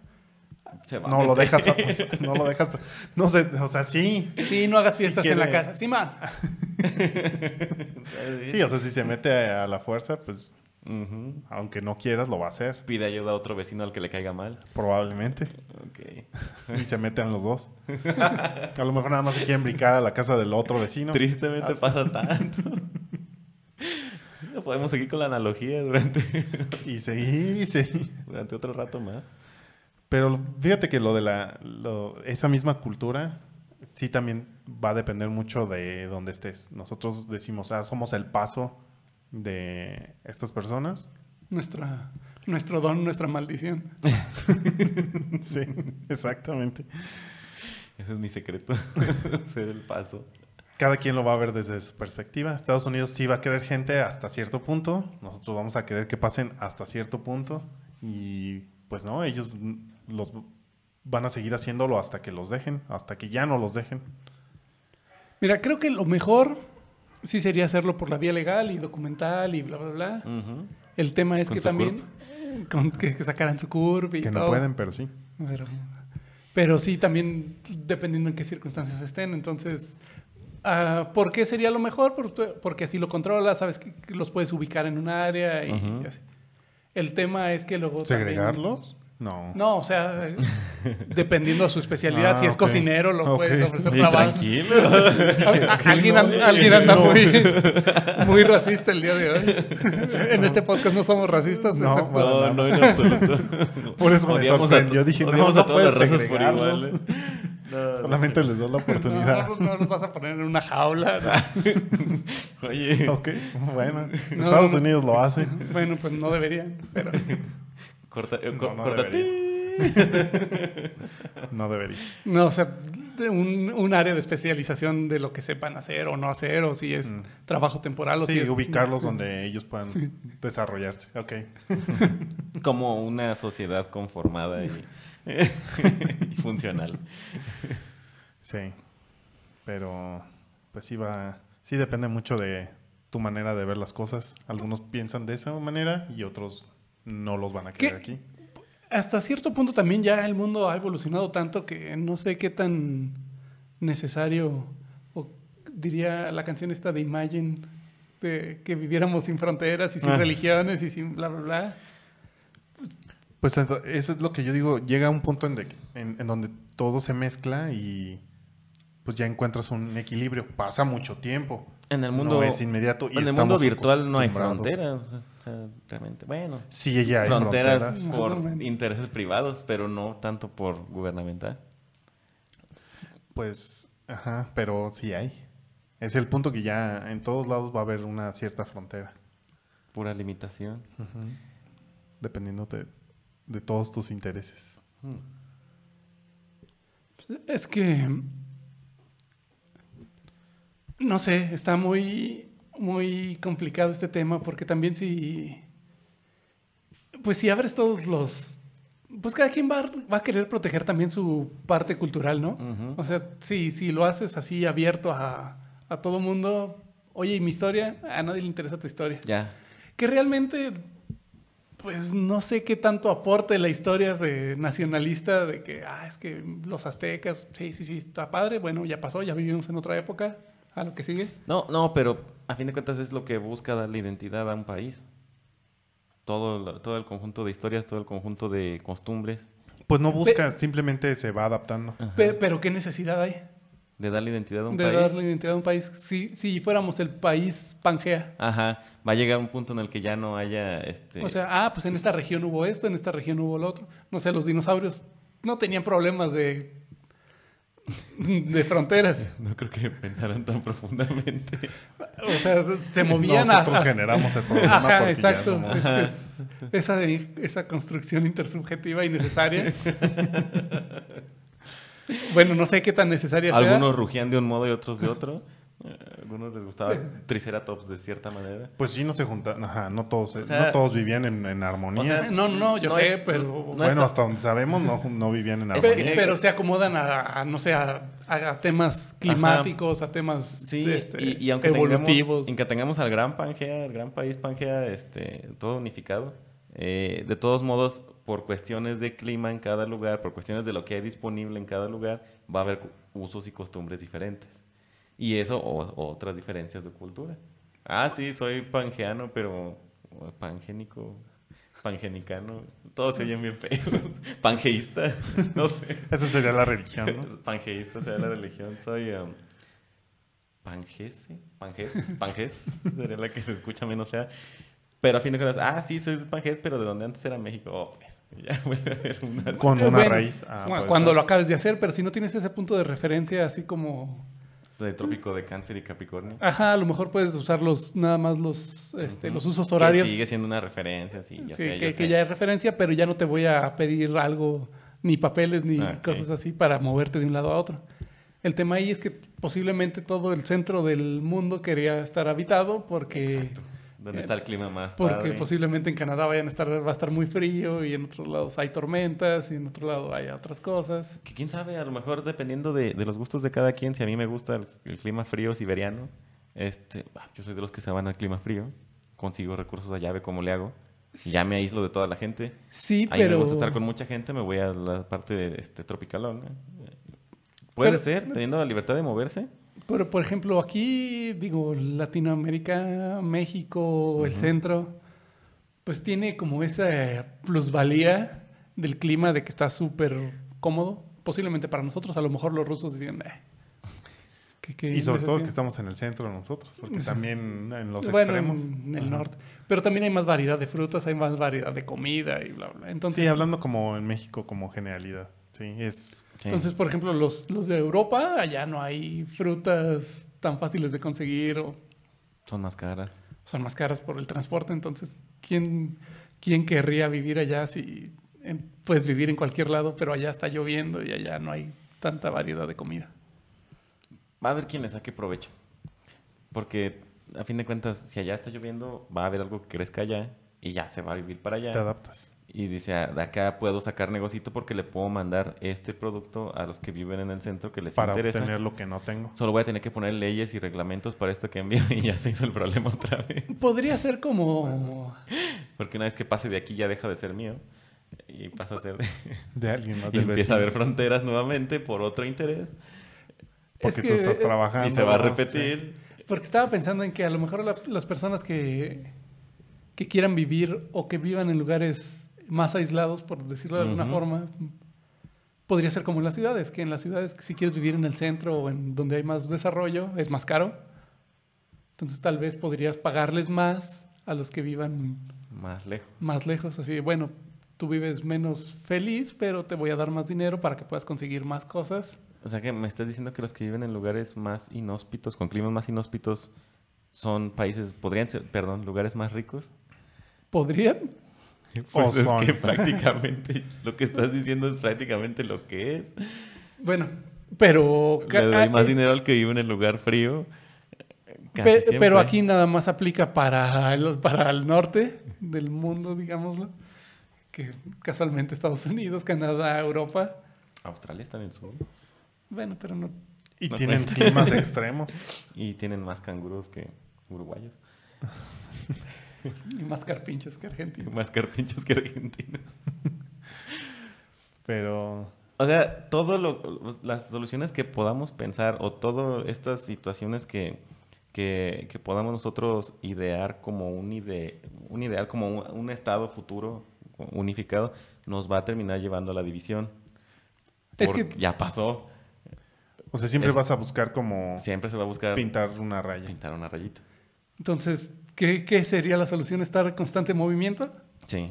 S3: se va a
S1: No lo
S3: meter.
S1: dejas. a- no lo dejas. pues, No sé, o sea, sí.
S2: Sí, no hagas
S1: Si
S2: fiestas en la
S1: quiere-
S2: casa. Sí, man.
S1: Sí, o sea, si se mete a, a la fuerza, pues
S3: Ujú.
S1: aunque no quieras, lo va a hacer.
S3: Pide ayuda a otro vecino al que le caiga mal.
S1: Probablemente.
S3: Ok.
S1: Y se meten los dos. A lo mejor nada más se quieren brincar a la casa del otro vecino.
S3: Tristemente pasa tanto. Podemos seguir con la analogía durante,
S1: Y seguir y seguir.
S3: durante otro rato más.
S1: Pero fíjate que lo de la, lo- esa misma cultura sí también va a depender mucho de dónde estés. Nosotros decimos, ah, somos el paso de estas personas.
S2: Nuestra, nuestro don, nuestra maldición.
S1: Sí, exactamente.
S3: Ese es mi secreto. Ser el paso.
S1: Cada quien lo va a ver desde su perspectiva. Estados Unidos sí va a querer gente hasta cierto punto. Nosotros vamos a querer que pasen hasta cierto punto. Y pues no, ellos mm, los van a seguir haciéndolo hasta que los dejen, hasta que ya no los dejen.
S2: Mira, creo que lo mejor sí sería hacerlo por la vía legal y documental y bla, bla, bla.
S3: Ujú.
S2: El tema es
S3: Mm. Con
S2: que
S3: su
S2: también con que, que sacaran su curva y
S1: Que
S2: todo.
S1: no pueden, pero sí.
S2: Pero, pero sí, también dependiendo en qué circunstancias estén. Entonces, ah, ¿por qué sería lo mejor? Por tu- Porque así lo controlas, sabes que que los puedes ubicar en un área y
S3: Ujú.
S2: así. El tema es que luego. también-
S1: ¿Segregarlos? No.
S2: No, o sea, dependiendo de su especialidad,
S1: Ah,
S2: si es
S1: ok.
S2: cocinero, lo
S1: Ok.
S2: puedes ofrecer
S3: Y
S2: trabajo.
S3: tranquilo.
S2: A- a- Alguien, an- alguien anda muy, muy racista el día de hoy. en este podcast no somos racistas,
S1: No,
S2: excepto-
S1: para
S3: No,
S1: nada.
S3: no en absoluto.
S1: Por eso me
S3: Odiamos a to-
S1: sorprendió. Dije, no,
S3: odiamos
S1: no
S3: a todas
S1: puedes
S3: las razas por
S1: segregarlos.
S3: iguales. No,
S1: Solamente les doy la
S2: No,
S1: oportunidad.
S2: no, no los vas a poner en una jaula. ¿no?
S3: Oye,
S1: Ok, bueno.
S2: No,
S1: Estados
S2: no.
S1: Unidos lo hace.
S2: Bueno, pues no deberían, pero
S3: corta, eh,
S1: No,
S3: cor-
S1: no
S3: corta-
S1: No debería.
S2: no, o sea, de un, un área de especialización de lo que sepan hacer o no hacer, o si es
S1: Mm.
S2: trabajo temporal o
S1: Sí,
S2: si es
S1: ubicarlos donde ellos puedan desarrollarse. Ok.
S3: Como una sociedad conformada y, y funcional.
S1: Sí. Pero, pues sí va. Sí depende mucho de tu manera de ver las cosas. Algunos piensan de esa manera y otros no los van a querer
S2: ¿Qué?
S1: aquí.
S2: Hasta cierto punto también ya el mundo ha evolucionado tanto que no sé qué tan necesario o diría la canción esta de Imagine de que viviéramos sin fronteras y sin
S1: Ah.
S2: religiones y sin bla bla bla.
S1: Pues eso, eso es lo que yo digo. Llega un punto en, de- en- en donde todo se mezcla y pues ya encuentras un equilibrio. Pasa mucho tiempo.
S3: En el
S1: no
S3: mundo,
S1: es inmediato. y
S3: en el
S1: estamos
S3: mundo virtual no hay
S1: acostumbrados.
S3: fronteras. o sea, realmente, bueno.
S1: Sí, ya hay
S3: fronteras,
S1: fronteras.
S2: Más o
S3: por
S2: menos.
S3: intereses privados, pero no tanto por gubernamental.
S1: Pues, ajá, pero sí hay. Es el punto que ya en todos lados va a haber una cierta frontera,
S3: Pura limitación.
S1: dependiendo de, de todos tus intereses.
S2: Es que. No sé, está muy, muy complicado este tema, porque también si. Pues si abres todos los. Pues cada quien va, a- va a querer proteger también su parte cultural, ¿no?
S3: Ujú.
S2: O sea, si, si lo haces así abierto a, a todo mundo, oye, ¿y mi historia? A nadie le interesa tu historia.
S3: Ya.
S2: Que realmente, pues no sé qué tanto aporte la historia de nacionalista de que, ah, es que los aztecas, sí, sí, sí, está padre, bueno, ya pasó, ya vivimos en otra época, a lo que sigue.
S3: No, no, pero a fin de cuentas es lo que busca darle identidad a un país. Todo, lo- todo el conjunto de historias, todo el conjunto de costumbres.
S1: Pues no busca, simplemente se va adaptando.
S2: Pe- pero qué necesidad hay.
S3: de darle identidad a un
S2: de
S3: país.
S2: darle identidad a un país. Si, si fuéramos el país Pangea.
S3: Ajá, va a llegar un punto en el que ya no haya este
S2: O sea, ah, pues en esta región hubo esto, en esta región hubo lo otro. No sé, los dinosaurios no tenían problemas de, de fronteras.
S3: no creo que pensaran tan profundamente.
S2: O sea, se movían a-
S1: Nosotros
S2: a,
S1: generamos el problema
S2: Ajá,
S1: porque ya
S2: exacto.
S1: somos-
S2: Es- es- esa, esa construcción intersubjetiva y necesaria. bueno, no sé qué tan necesaria sea.
S3: Algunos rugían de un modo y otros de otro. Eh, Algunos les gustaba Triceratops de cierta manera.
S1: Pues sí, no se juntaban. Ajá, no todos, eh,
S3: O sea-
S1: no todos vivían en, en armonía.
S3: o sea,
S2: No, no, yo
S3: No
S2: sé,
S3: es-
S2: pero...
S3: no
S1: bueno,
S3: está-
S1: hasta donde sabemos, no, no vivían en
S3: Es
S2: pe-
S1: armonía.
S3: que-
S2: pero se acomodan a, a, no sé, a, a temas climáticos, a temas
S3: Sí,
S2: este,
S3: y, y aunque
S2: evolutivos.
S3: tengamos, aunque tengamos al gran Pangea, el gran país Pangea, este, todo unificado, eh, de todos modos, por cuestiones de clima en cada lugar, por cuestiones de lo que hay disponible en cada lugar, va a haber cu- usos y costumbres diferentes. Y eso, o, o otras diferencias de cultura. Ah, sí, soy pangeano, pero o pangénico, pangenicano, todos se oyen bien feos. Pangeísta, no sé.
S1: Esa sería la religión, ¿no?
S3: Pangeísta sería la religión. Soy um, pangese, panges, panges sería la que se escucha menos fea. Pero a fin de cuentas, ah, sí, soy panges, pero de donde antes era México. Oh, pues, ya vuelve a haber una.
S1: Con
S2: Eh,
S1: una
S2: bueno,
S1: raíz. Ah,
S2: cu-
S1: puede
S2: cuando
S1: ser.
S2: lo acabes de hacer, pero si no tienes ese punto de referencia así como
S3: De trópico de cáncer y capricornio.
S2: Ajá, a lo mejor puedes usar los, nada más los, este,
S3: Ujú.
S2: los usos horarios.
S3: Que sigue siendo una referencia, sí, ya
S2: Sí,
S3: sé,
S2: que,
S3: ya
S2: que
S3: sé.
S2: ya es referencia, pero ya no te voy a pedir algo, ni papeles, ni
S3: Ah, ok.
S2: cosas así para moverte de un lado a otro. El tema ahí es que posiblemente todo el centro del mundo quería estar habitado porque,
S3: Exacto. ¿Dónde está el clima más
S2: porque pues,
S3: padre?
S2: posiblemente en Canadá vayan a estar, va a estar muy frío y en otros lados hay tormentas y en otro lado hay otras cosas.
S3: Que quién sabe, a lo mejor dependiendo de, de los gustos de cada quien, si a mí me gusta el, el clima frío siberiano, este, ah, yo soy de los que se van al clima frío, consigo recursos a llave como le hago, y ya me aíslo de toda la gente.
S2: Sí,
S3: A mí
S2: pero...
S3: me gusta estar con mucha gente, me voy a la parte de, este, tropicalona. Puede
S2: Pero-
S3: ser, teniendo la libertad de moverse.
S2: Pero, por ejemplo, aquí, digo, Latinoamérica, México, el centro, pues tiene como esa eh, plusvalía del clima de que está súper cómodo. Posiblemente para nosotros, a lo mejor los rusos dicen, "Eh, ¿qué- qué
S1: Y sobre todo que
S2: necesidad?".
S1: estamos en el centro nosotros, porque también eh, en los
S2: Bueno,
S1: extremos.
S2: en el
S1: Ajá.
S2: norte. Pero también hay más variedad de frutas, hay más variedad de comida y bla, bla. Entonces,
S1: sí, hablando como en México, como generalidad. Sí, es.
S3: Sí.
S2: Entonces, por ejemplo, los, los de Europa, allá no hay frutas tan fáciles de conseguir o
S3: Son más caras.
S2: son más caras por el transporte, entonces, ¿quién, quién querría vivir allá si en- puedes vivir en cualquier lado, pero allá está lloviendo y allá no hay tanta variedad de comida?
S3: Va a haber quien le saque provecho. Porque, a fin de cuentas, si allá está lloviendo, va a haber algo que crezca allá y ya se va a vivir para allá.
S1: Te adaptas.
S3: Y dice, "Ah, de acá puedo sacar negocito porque le puedo mandar este producto a los que viven en el centro que les
S1: Para
S3: interesa.
S1: obtener lo que no tengo.
S3: Solo voy a tener que poner leyes y reglamentos para esto que envío y ya se hizo el problema otra vez.
S2: Podría ser como...
S3: Porque una vez que pase de aquí ya deja de ser mío y pasa a ser de...
S1: De alguien más
S3: y
S1: del
S3: empieza a haber
S1: vecino.
S3: fronteras nuevamente por otro interés
S1: Porque
S2: Es
S1: tú
S2: que-
S1: estás trabajando.
S3: y se va a
S1: Ah, ¿no?
S3: repetir.
S2: Porque estaba pensando en que a lo mejor las, las personas que, que quieran vivir o que vivan en lugares más aislados, por decirlo de alguna
S3: Ujú.
S2: forma, podría ser como en las ciudades, que en las ciudades si quieres vivir en el centro o en donde hay más desarrollo, es más caro. Entonces tal vez podrías pagarles más a los que vivan
S3: Más lejos.
S2: más lejos, así, de, bueno, tú vives menos feliz, pero te voy a dar más dinero para que puedas conseguir más cosas.
S3: O sea que me estás diciendo que los que viven en lugares más inhóspitos, con climas más inhóspitos, son países, podrían ser, perdón, lugares más ricos.
S2: ¿Podrían?
S1: O
S3: Pues es
S1: son.
S3: que prácticamente lo que estás diciendo es prácticamente lo que es.
S2: Bueno, pero...
S3: Le doy
S2: Ah,
S3: más
S2: es-
S3: dinero al que vive en el lugar frío. Casi
S2: Pe-
S3: siempre.
S2: pero aquí nada más aplica para el, para el norte del mundo, digámoslo. Que casualmente Estados Unidos, Canadá, Europa.
S3: Australia está en el sur
S2: Bueno, pero no.
S1: Y
S3: No
S1: tienen
S3: cuenta.
S1: climas extremos.
S3: y tienen más canguros que uruguayos,
S2: Y más carpinchos que Argentina.
S3: más carpinchos que argentinos.
S1: Pero.
S3: O sea, todo lo, pues, las soluciones que podamos pensar o todas estas situaciones que, que, que podamos nosotros idear como un, ide, un ideal, como un, un estado futuro unificado, nos va a terminar llevando a la división.
S2: Es
S3: Porque
S2: que-
S3: ya pasó.
S1: O sea, siempre
S3: Es-
S1: vas a buscar como
S3: Siempre se va a buscar
S1: Ah. pintar una raya.
S3: pintar una rayita.
S2: Entonces, ¿qué, qué sería la solución? ¿Estar en constante movimiento?
S3: Sí.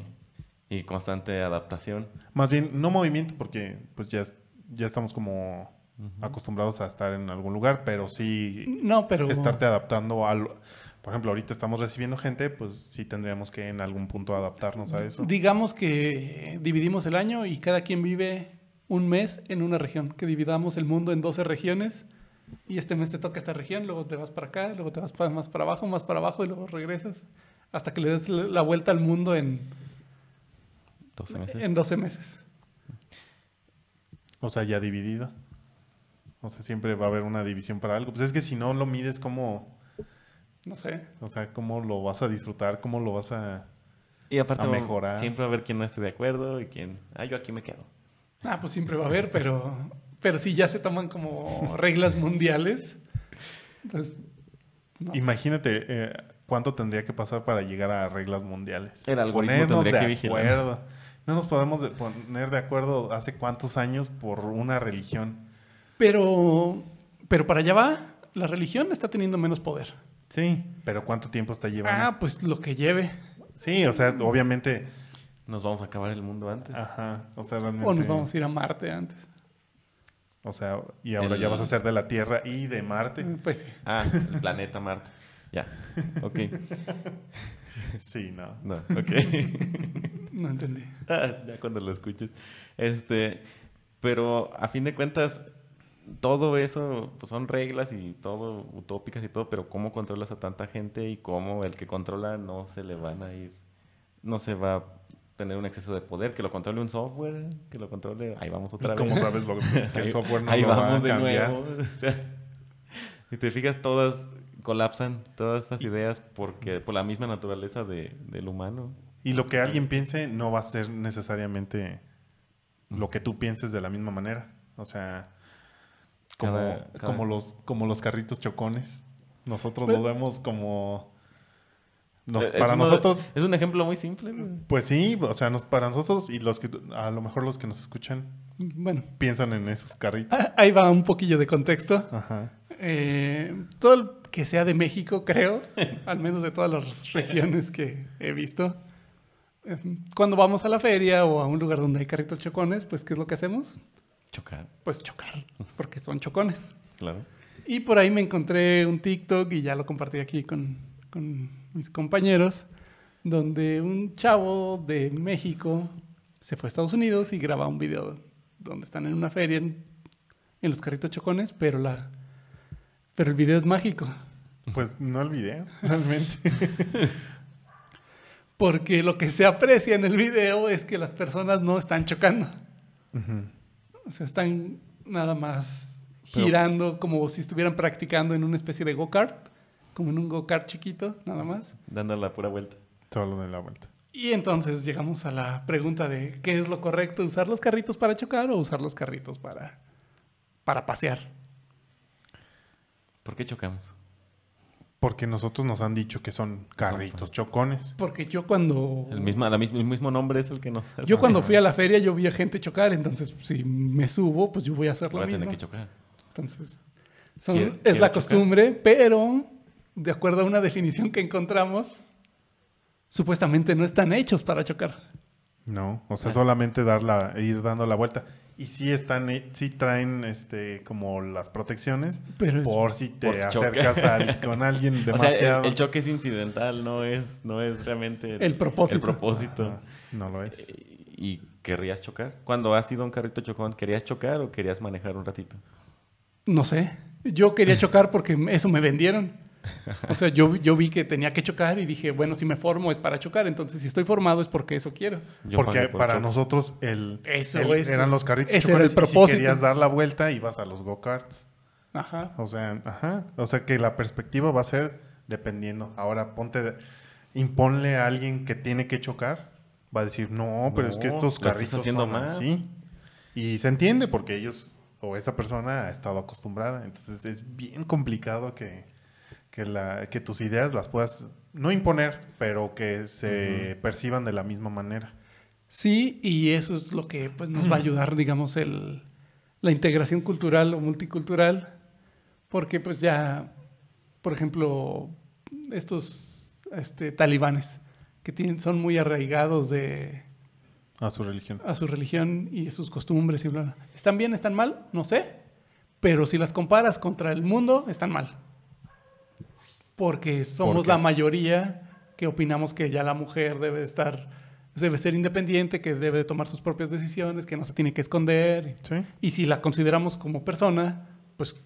S3: Y constante adaptación.
S1: Más bien, no movimiento, porque pues ya, es- ya estamos como acostumbrados a estar en algún lugar, pero sí
S2: No, pero...
S1: estarte adaptando a... lo- Por ejemplo, ahorita estamos recibiendo gente, pues sí tendríamos que en algún punto adaptarnos a eso.
S2: Digamos que eh, dividimos el año y cada quien vive un mes en una región. Que dividamos el mundo en 12 regiones y este mes te toca esta región, luego te vas para acá, luego te vas para más para abajo, más para abajo y luego regresas hasta que le des la la vuelta al mundo en,
S3: 12 meses.
S2: en 12 meses.
S1: O sea, ya dividido. O sea, siempre va a haber una división para algo. Pues es que si no lo mides, ¿cómo,
S2: No sé.
S1: o sea, cómo lo vas a disfrutar? ¿Cómo lo vas a...?
S3: Y aparte,
S1: A
S3: va-
S1: mejorar.
S3: siempre va a haber quien no esté de acuerdo y quien. Ah, yo aquí me quedo.
S2: Ah, pues siempre va a haber, pero, pero si ya se toman como reglas mundiales, pues... no.
S1: Imagínate eh, cuánto tendría que pasar para llegar a reglas mundiales.
S3: El algoritmo tendría que vigilar.
S1: acuerdo. No nos podemos de- poner de acuerdo hace cuántos años por una religión.
S2: Pero, pero para allá va, la religión está teniendo menos poder.
S1: Sí, pero cuánto tiempo está llevando.
S2: Ah, pues lo que lleve.
S1: sí, o sea, obviamente.
S3: Nos vamos a acabar el mundo antes.
S1: Ah. Ajá. O sea, realmente.
S2: O nos vamos a ir a Marte antes.
S1: O sea, y ahora
S3: El-
S1: ya vas a ser de la Tierra y de Marte.
S2: Pues sí.
S3: Ah, el planeta Marte. Ya. Ok.
S1: Sí, no.
S3: No, ok.
S2: No entendí.
S3: Ah, ya cuando lo escuches. Este. Pero a fin de cuentas, todo eso pues, son reglas y todo, utópicas y todo, pero ¿cómo controlas a tanta gente y cómo el que controla no se le van a ir? No se va a tener un exceso de poder, que lo controle un software, que lo controle. Ahí vamos otra vez.
S1: Como sabes lo- que el
S3: Ahí-
S1: software no
S3: ahí
S1: lo va a
S3: vamos de
S1: cambiar.
S3: nuevo. O sea, si te fijas, todas colapsan, todas estas ideas, porque por la misma naturaleza de- del humano.
S1: Y lo que alguien piense no va a ser necesariamente lo que tú pienses de la misma manera. O sea, como,
S3: Cada- cada- Pues
S1: como, los, como los carritos chocones. Nosotros lo vemos como... no,
S3: Eh, es
S1: para
S3: uno de-
S1: nosotros,
S3: es un ejemplo muy simple. güey.
S1: pues sí, o sea, nos, para nosotros y los que a lo mejor los que nos escuchan
S2: Bueno,
S1: piensan en esos carritos.
S2: a- ahí va un poquillo de
S3: Ah.
S2: contexto.
S1: Ajá.
S2: Eh, todo el que sea de México, creo, al menos de todas las regiones que he visto. eh, Cuando vamos a la feria o a un lugar donde hay carritos chocones, pues ¿qué es lo que hacemos?
S3: Chocar,
S2: Pues chocar, porque son chocones.
S3: claro.
S2: Y por ahí me encontré un TikTok y ya lo compartí aquí con, con mis compañeros, donde un chavo de México se fue a Estados Unidos y graba un video donde están en una feria en, en los carritos chocones, pero, la, pero el video es mágico.
S1: Pues no el video, realmente.
S2: Porque lo que se aprecia en el video es que las personas no están chocando. O sea, están nada más
S1: Pero-
S2: girando como si estuvieran practicando en una especie de go-kart, como en un go-kart chiquito, nada más.
S3: Dando la pura vuelta.
S1: Solo de la vuelta.
S2: Y entonces llegamos a la pregunta de qué es lo correcto, usar los carritos para chocar o usar los carritos para, para pasear.
S3: ¿Por qué chocamos?
S1: Porque nosotros nos han dicho que son carritos chocones.
S2: Porque yo cuando...
S3: El mismo, la mis- el mismo nombre es el que nos hace.
S2: Yo cuando fui a la feria yo vi a gente chocar, entonces si me subo, pues yo voy a hacer lo
S3: Voy a tener
S2: mismo.
S3: que chocar.
S2: Entonces, son-
S3: Quiero-
S2: es
S3: quiero
S2: la
S3: chocar.
S2: costumbre, pero de acuerdo a una definición que encontramos, supuestamente no están hechos para chocar.
S1: No, o
S3: Eh.
S1: sea, solamente dar la, ir dando la vuelta. Y sí están, eh, sí traen este como las protecciones
S2: Pero es-
S1: por si te
S3: por si choca.
S1: acercas al- con alguien
S3: O sea,
S1: demasiado.
S3: el- el, choque es incidental, no es, no es realmente
S2: El propósito.
S3: el propósito.
S1: Ajá, no lo
S3: Eh,
S1: es.
S3: ¿Y querrías chocar? Cuando has ido a un carrito chocón, ¿querías chocar o querías manejar un ratito?
S2: No sé. Yo quería chocar porque eso me vendieron. O sea, yo, yo vi que tenía que chocar y dije, bueno, si me formo es para chocar. Entonces, si estoy formado es porque eso quiero.
S3: Yo
S1: Porque
S3: pagué por
S1: para
S3: chocar.
S1: nosotros el,
S2: Eso,
S1: el-
S2: eso.
S1: eran los carritos
S2: Ese era el
S1: chocones, Y si
S2: propósito.
S1: querías dar la vuelta, ibas a los go-karts.
S2: Ajá.
S1: O sea, ajá. O sea que la perspectiva va a ser dependiendo. Ahora ponte, de- imponle a alguien que tiene que chocar. Va a decir, no, pero es que
S3: No,
S1: estos
S3: lo estás
S1: carritos
S3: haciendo
S1: son
S3: mal".
S1: así". Y se entiende porque ellos o esa persona ha estado acostumbrada. Entonces es bien complicado que, que, la, que tus ideas las puedas, no imponer, pero que se perciban de la misma manera.
S2: Sí, y eso es lo que pues, nos va a ayudar, digamos, el, la integración cultural o multicultural, porque pues ya, por ejemplo, estos este, talibanes que tienen, son muy arraigados de,
S1: A su religión.
S2: a su religión y sus costumbres y bla, bla. ¿Están bien, están mal? No sé. Pero si las comparas contra el mundo, están mal. Porque somos
S3: ¿Por qué?
S2: la mayoría que opinamos que ya la mujer debe de estar, debe ser independiente, que debe de tomar sus propias decisiones, que no se tiene que esconder.
S1: Sí.
S2: Y si la consideramos como persona, pues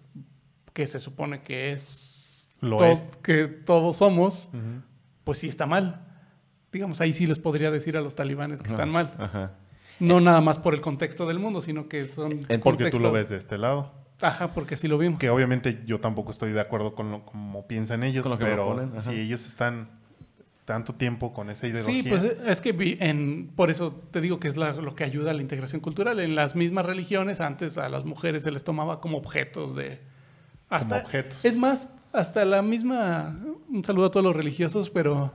S2: que se supone que es,
S1: Lo
S2: to-
S1: es.
S2: que todos somos,
S1: Ujú.
S2: pues sí está mal. Digamos, ahí sí les podría decir a los talibanes que están mal.
S3: Ajá.
S2: No nada más por el contexto del mundo, sino que son...
S3: En-
S1: Eh, Porque tú
S2: contexto-
S1: lo ves de este lado.
S2: Ajá, porque así lo vimos.
S1: Que obviamente yo tampoco estoy de acuerdo con lo como piensan ellos,
S3: Con lo que
S1: pero
S3: proponen, ajá.
S1: si ellos están tanto tiempo con esa ideología.
S2: Sí, pues es que vi- en, por eso te digo que es la- lo que ayuda a la integración cultural. En las mismas religiones antes a las mujeres se les tomaba como objetos de... Hasta,
S1: objetos.
S2: Es más, hasta la misma... Un saludo a todos los religiosos, pero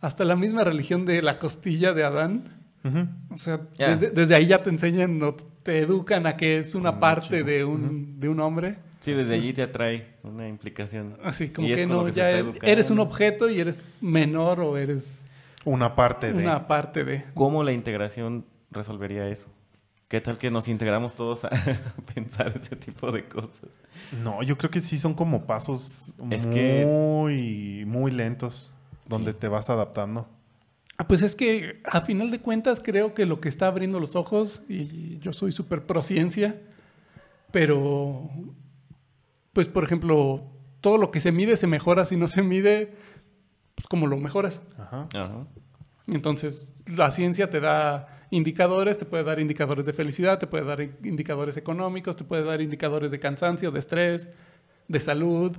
S2: hasta la misma religión de la costilla de Adán.
S1: Ujú.
S2: O sea,
S3: Ya.
S2: desde, desde ahí ya te enseñan, no, te educan a que es una parte de un, de un hombre.
S3: Sí, desde allí te atrae una implicación.
S2: Así como
S3: Y es
S2: que
S3: con lo
S2: no,
S3: que se
S2: ya
S3: está
S2: e-
S3: educando.
S2: eres un objeto y eres menor o eres
S1: Una parte de.
S2: una parte de.
S3: ¿Cómo la integración resolvería eso? ¿Qué tal que nos integramos todos a pensar ese tipo de cosas?
S1: No, yo creo que sí son como pasos
S3: Es
S1: muy,
S3: que-
S1: muy lentos, donde te vas adaptando.
S2: Ah, Pues es que a final de cuentas creo que lo que está abriendo los ojos, y yo soy súper pro ciencia, pero pues por ejemplo, todo lo que se mide se mejora, si no se mide, pues como lo mejoras.
S1: Ajá.
S3: Ajá.
S2: Entonces, la ciencia te da indicadores, te puede dar indicadores de felicidad, te puede dar in- indicadores económicos, te puede dar indicadores de cansancio, de estrés, de salud.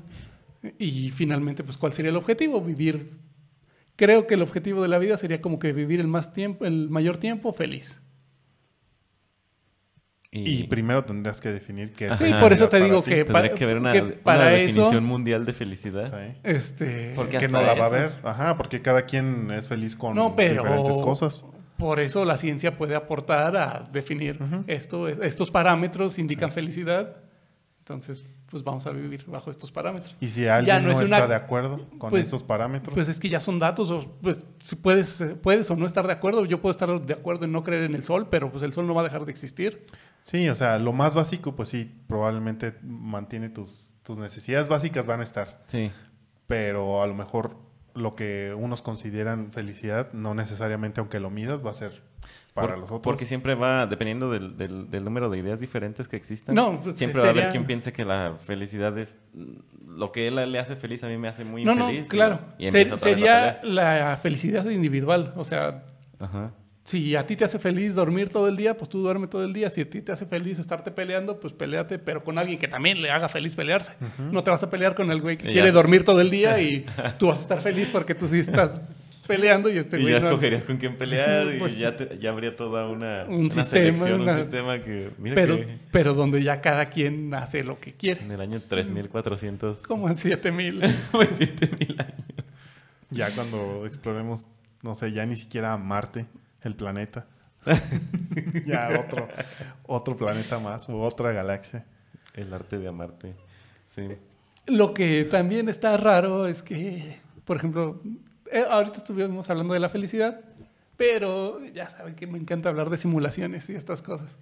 S2: Y finalmente, pues, ¿cuál sería el objetivo? Vivir. Creo que el objetivo de la vida sería como que vivir el más tiempo, el mayor tiempo feliz.
S1: Y primero tendrías que definir qué es.
S2: Ah, Sí,
S1: felicidad
S2: por eso te
S1: para
S2: digo
S1: ti.
S2: que-
S3: Tendría
S2: pa-
S3: que haber una,
S2: que
S3: una
S2: para eso-
S3: definición mundial de felicidad.
S1: Sí.
S2: Este,
S3: Porque
S1: Que
S3: hasta
S1: no la va a
S3: eso.
S1: ver. Ajá, porque cada quien es feliz con
S2: No, pero-
S1: diferentes cosas.
S2: por eso la ciencia puede aportar a definir
S1: Ujú.
S2: esto, estos parámetros indican felicidad. Entonces, pues vamos a vivir bajo estos parámetros.
S1: Y si alguien
S2: no
S1: no,
S2: es
S1: está
S2: una-
S1: de acuerdo con
S2: pues-
S1: esos parámetros,
S2: Pues es que ya son datos, o, pues si puedes, eh, puedes o no estar de acuerdo, yo puedo estar de acuerdo en no creer en el sol, pero pues el sol no va a dejar de existir.
S1: Sí, o sea, lo más básico, pues sí, probablemente mantiene tus, tus necesidades básicas van a estar,
S3: Sí.
S1: pero a lo mejor lo que unos consideran felicidad, no necesariamente aunque lo midas, va a ser para
S3: Por-
S1: los otros.
S3: Porque siempre va, dependiendo del, del- del número de ideas diferentes que existan,
S2: No, pues,
S3: siempre
S2: se-
S3: va a
S2: sería-
S3: haber quien piense que la felicidad es mm, lo que él le hace feliz, a mí me hace muy
S2: no,
S3: infeliz.
S2: no,
S3: y-
S2: claro.
S3: y
S2: Ser-
S3: empieza otra vez
S2: sería
S3: la
S2: la felicidad individual. O sea,
S3: pelea. Ajá.
S2: si a ti te hace feliz dormir todo el día, pues tú duerme todo el día. Si a ti te hace feliz estarte peleando, pues peleate, pero con alguien que también le haga feliz pelearse. No te vas a pelear con el güey que
S3: Y ya
S2: quiere
S3: es-
S2: dormir todo el día y tú vas a estar feliz porque tú sí estás peleando y este
S3: y
S2: güey
S3: ya
S2: no.
S3: escogerías con quién pelear y
S2: Pues sí.
S3: ya, te- ya habría toda una,
S2: Un
S3: una
S2: sistema,
S3: selección,
S2: una-
S3: un sistema que... Mira
S2: Pero,
S3: que
S2: pero donde ya cada quien hace lo que quiere.
S3: en el año 3400...
S2: Como en 7000.
S3: pues, 7000 años.
S1: Ya cuando exploremos, no sé, ya ni siquiera Marte, el planeta. ya otro, otro planeta más u otra galaxia.
S3: El arte de amarte. Sí.
S2: Lo que también está raro es que, por ejemplo, eh, ahorita estuvimos hablando de la felicidad, pero ya saben que me encanta hablar de simulaciones y estas cosas.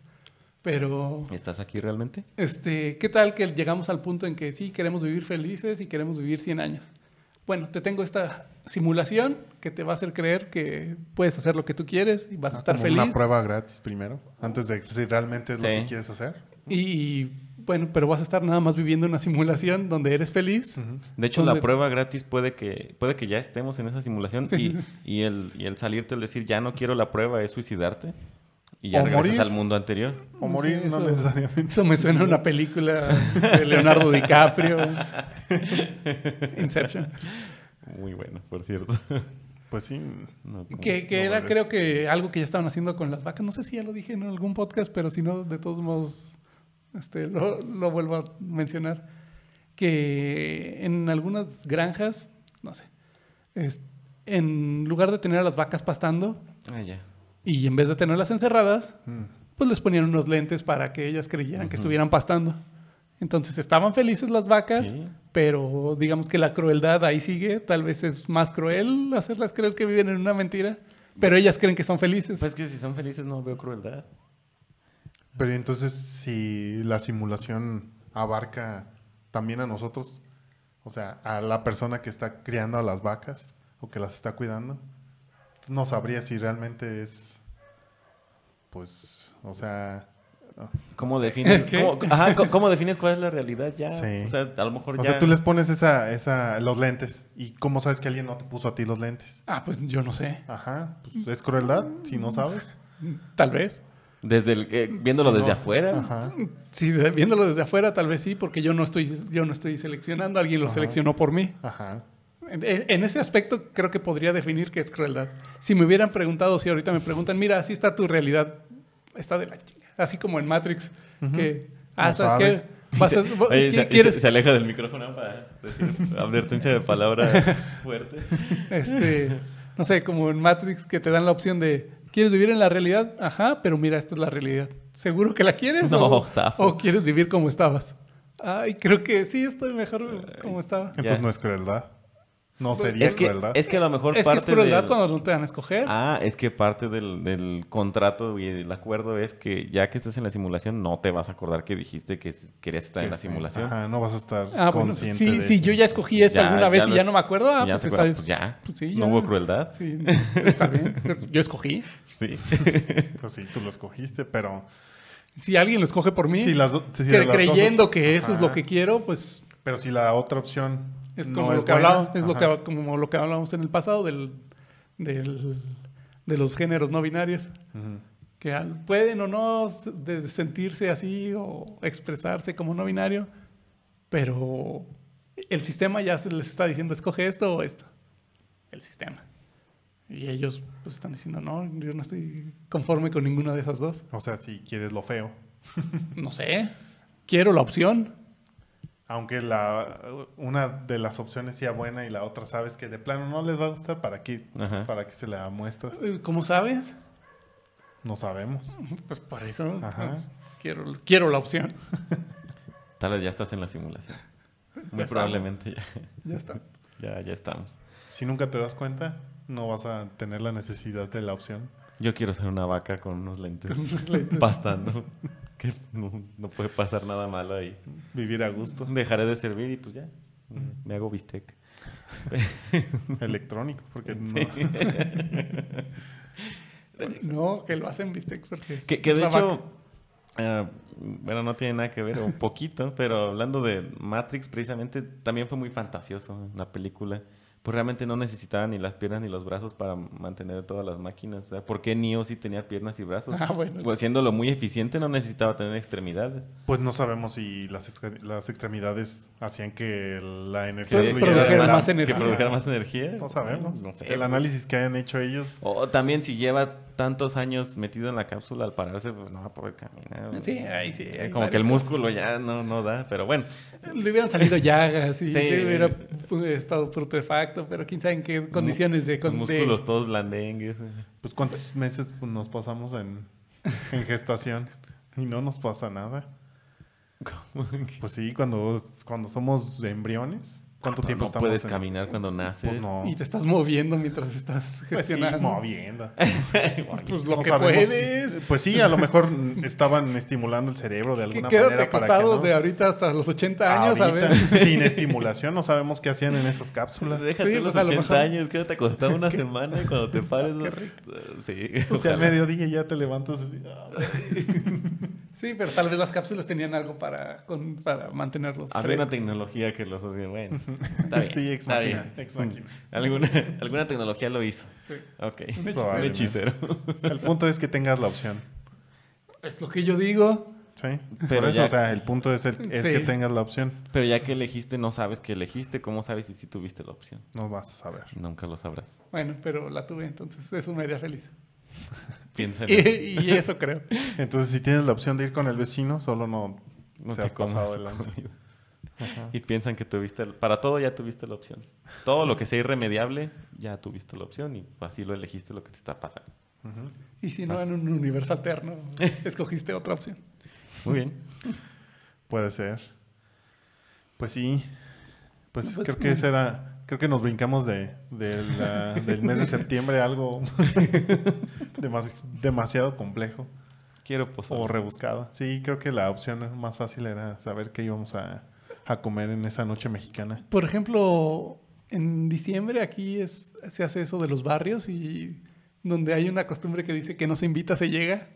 S2: Pero,
S3: ¿Estás aquí realmente?
S2: este, ¿qué tal que llegamos al punto en que sí queremos vivir felices y queremos vivir 100 años? Bueno, te tengo esta simulación que te va a hacer creer que puedes hacer lo que tú quieres y vas a estar
S1: Ah, Como
S2: feliz.
S1: Una prueba gratis primero, antes de si realmente es lo
S3: Sí.
S1: que quieres hacer.
S2: Y bueno, pero vas a estar nada más viviendo una simulación donde eres feliz.
S3: De hecho,
S2: ¿Dónde?
S3: la prueba gratis puede que, puede que ya estemos en esa simulación
S2: Sí.
S3: y, y el, y el salirte, el decir ya no quiero la prueba es suicidarte y ya
S1: O
S3: regresas
S1: morir.
S3: al mundo anterior.
S1: O morir,
S2: Sí,
S1: no
S2: eso-
S1: necesariamente.
S2: Eso me suena a una película de Leonardo DiCaprio. Inception.
S3: Muy bueno, por cierto.
S1: Pues sí,
S3: No, como-
S2: Que, que
S1: No
S2: era,
S1: mames.
S2: creo que, algo que ya estaban haciendo con las vacas. No sé si ya lo dije en algún podcast, pero si no, de todos modos, este, lo, lo vuelvo a mencionar. Que en algunas granjas, no sé, es- en lugar de tener a las vacas pastando
S3: Ah, ya.
S2: y en vez de tenerlas encerradas,
S1: Mm.
S2: pues les ponían unos lentes para que ellas creyeran que estuvieran pastando. Entonces estaban felices las vacas,
S3: Sí.
S2: pero digamos que la crueldad ahí sigue. Tal vez es más cruel hacerlas creer que viven en una mentira, pero ellas creen que son felices.
S3: Pues que si son felices no veo crueldad.
S1: Pero entonces, si la simulación abarca también a nosotros, o sea, a la persona que está criando a las vacas o que las está cuidando, no sabría si realmente es, pues, o sea,
S3: ¿Cómo defines,
S2: ¿Qué?
S3: cómo, ajá, co- cómo defines cuál es la realidad ya?
S1: Sí.
S3: O sea, a lo mejor
S1: o
S3: ya...
S1: sea, tú les pones esa, esa, los lentes y cómo sabes que alguien no te puso a ti los lentes.
S2: ah, pues yo no sé,
S1: Ajá, pues es crueldad si no sabes.
S2: tal vez.
S3: Desde el, eh, viéndolo
S1: Sí,
S3: desde
S1: no.
S3: afuera.
S1: Ajá.
S2: Sí, de- viéndolo desde afuera, tal vez sí, porque yo no estoy, yo no estoy seleccionando, alguien lo
S1: Ajá.
S2: seleccionó por mí.
S1: Ajá.
S2: En, e, en ese aspecto creo que podría definir que es crueldad. Si me hubieran preguntado, si ahorita me preguntan, mira, así está tu realidad, está de la chinga. Así como en Matrix, que, ah,
S1: No
S2: ¿sabes
S1: sabes.
S2: qué? Vas a- ¿qué
S3: Oye, se,
S2: quieres?
S3: se- se aleja del micrófono para decir advertencia de palabra fuerte.
S2: Este, no sé, como en Matrix que te dan la opción de, ¿quieres vivir en la realidad? Ajá, pero mira, esta es la realidad. ¿Seguro que la quieres?
S3: No,
S2: o,
S3: zafo.
S2: o quieres vivir como estabas? Ay, creo que sí, estoy mejor como estaba.
S1: Entonces
S3: Ya. Pues
S1: no es crueldad. No sería
S3: Es que,
S1: crueldad.
S3: es que a lo mejor
S2: Es que
S3: parte
S2: es crueldad
S3: del-
S2: cuando no te dan a escoger.
S3: Ah, es que parte del, del contrato y el acuerdo es que ya que estás en la simulación no te vas a acordar que dijiste que s- querías estar en la simulación.
S1: Ajá, no vas a estar
S2: Ah, bueno,
S1: consciente.
S2: sí,
S1: de
S2: sí,
S1: ello.
S2: yo ya escogí esto
S3: Ya-
S2: alguna
S3: ya
S2: vez y
S3: lo
S2: ya
S3: es-
S2: no me acuerdo. Ah,
S3: Y ya
S2: pues
S3: se
S2: está
S3: acuerda,
S2: bien.
S3: pues ya.
S2: Pues sí,
S3: No
S2: ya.
S3: hubo crueldad.
S2: Sí, está bien. Pero Yo escogí.
S3: Sí.
S1: Pues sí, tú lo escogiste, pero...
S2: Si alguien lo escoge por mí,
S1: si las do- si
S2: cre-
S1: las dos
S2: creyendo
S1: op-
S2: que eso es lo
S1: Ajá.
S2: que quiero, pues
S1: Pero si la otra opción
S2: es
S1: no
S2: como lo que
S1: buena,
S2: hablaba- es lo
S1: ajá.
S2: que, como lo que hablábamos en el pasado del, del- de los géneros no binarios.
S1: Ujú.
S2: Que al- pueden o no s- de sentirse así o expresarse como no binario, pero el sistema ya se les está diciendo, escoge esto o esto. El sistema. Y ellos pues, están diciendo, no, yo no estoy conforme con ninguna de esas dos.
S1: O sea, si quieres lo feo.
S2: No sé, quiero la opción.
S1: Aunque la una de las opciones sea buena y la otra sabes que de plano no les va a gustar, ¿para qué,
S3: Ajá.
S1: ¿para qué se la muestras?
S2: Eh, ¿Cómo sabes?
S1: No sabemos.
S2: Pues por eso
S1: Ajá.
S2: pues, quiero, quiero la opción.
S3: Tal vez ya estás en la simulación. Muy
S2: estamos.
S3: probablemente ya,
S2: Ya está.
S3: ya, ya estamos.
S1: Si nunca te das cuenta, no vas a tener la necesidad de la opción.
S3: Yo quiero ser una vaca con unos lentes, pastando. Que no, no puede pasar nada malo ahí.
S1: Vivir a gusto.
S3: Dejaré de servir y pues ya. Me hago bistec.
S1: Electrónico, porque no-
S2: No, que lo hacen bistecs porque es
S3: Que, que de
S2: la
S3: hecho,
S2: vaca.
S3: eh, bueno, no tiene nada que ver, un poquito, pero hablando de Matrix, precisamente también fue muy fantasioso la película. Pues realmente no necesitaba ni las piernas ni los brazos para mantener todas las máquinas. O sea, ¿por qué Neo sí tenía piernas y brazos?
S2: Ah, bueno.
S3: Pues siéndolo muy eficiente, no necesitaba tener extremidades.
S1: pues no sabemos si las, extre- las extremidades hacían que la energía
S2: Pues,
S1: fluyera
S2: produjeron
S1: de la-
S2: más
S1: que
S2: energía.
S3: Que produjera más energía.
S1: No sabemos.
S3: No sé.
S1: El análisis que hayan hecho ellos.
S3: O también si lleva tantos años metido en la cápsula al pararse, pues no va a poder caminar.
S2: Sí, ahí sí, hay
S3: Como que el
S2: varias-
S3: músculo ya no, no da, pero bueno.
S2: Le hubieran salido llagas y
S3: Sí.
S2: se hubiera pu- estado putrefacto, pero quién sabe en qué condiciones de...
S3: Con
S2: con- de-
S3: músculos todos blandengues. eh.
S1: Pues cuántos meses pues, nos pasamos en, en gestación y no nos pasa nada.
S3: ¿Cómo que-
S1: Pues sí, cuando, cuando somos embriones, ¿cuánto tiempo
S3: Pues no
S1: estamos
S3: puedes
S1: en-
S3: caminar ¿eh? cuando naces.
S1: Pues no.
S2: Y te estás moviendo mientras estás
S1: Pues sí,
S2: gestionando.
S1: moviendo.
S2: Pues
S1: No
S2: lo que
S1: sabemos-
S2: puedes.
S1: Pues sí, a lo mejor mm, estaban estimulando el cerebro de
S2: Que
S1: alguna
S2: quédate
S1: manera para que
S2: acostado
S1: no.
S2: de ahorita hasta los 80 años a
S1: Ahorita,
S2: ver.
S1: Sin estimulación, no sabemos qué hacían en esas cápsulas.
S3: Déjate
S2: Sí,
S3: los
S2: pues, a lo
S3: 80
S2: mejor.
S3: años, quédate acostado una semana y cuando te
S2: Qué
S3: pares. no-
S2: rico.
S3: Sí.
S1: O sea, al
S3: ojalá.
S1: mediodía Pues ya te levantas así, ah,
S2: Sí, pero tal vez las cápsulas tenían algo para, con- para mantenerlos
S3: Había una
S2: frescos.
S3: tecnología que los hacía. Bueno, está bien.
S1: Sí, ex
S3: está
S1: máquina,
S3: bien.
S1: ex máquina.
S3: Alguna, alguna tecnología lo hizo.
S2: Sí.
S3: Ok.
S2: Un hechicero.
S3: Un hechicero.
S1: El punto es que tengas la opción.
S2: Es lo que yo digo.
S1: Sí.
S3: Pero
S1: Por eso,
S3: ya-
S1: o sea, el punto es, el- es
S2: Sí.
S1: que tengas la opción.
S3: Pero ya que elegiste, no sabes que elegiste. ¿Cómo sabes si sí tuviste la opción?
S1: No vas a saber.
S3: Nunca lo sabrás.
S2: Bueno, pero la tuve, entonces eso me haría feliz.
S3: Piensa en eso.
S2: Y, y eso creo.
S1: Entonces, si tienes la opción de ir con el vecino, solo no,
S3: No
S1: se
S3: te
S1: has pasado
S3: comas
S1: de lanza.
S3: comida.
S1: Ajá.
S3: Y piensan que tuviste, el- para todo ya tuviste la opción. Todo lo que sea irremediable, ya tuviste la opción y así lo elegiste lo que te está pasando.
S1: Ujú.
S2: Y si
S1: Ah.
S2: no, en un universo alterno, escogiste otra opción.
S1: Muy bien. Puede ser. Pues sí. Pues,
S2: Pues,
S1: creo que ese era. Creo que nos brincamos de, de la- del mes de septiembre a algo demas- demasiado complejo
S3: Quiero posar.
S1: o rebuscado. Sí, creo que la opción más fácil era saber qué íbamos a, a comer en esa noche mexicana.
S2: Por ejemplo, en diciembre aquí es, se hace eso de los barrios y donde hay una costumbre que dice que no se invita, se llega.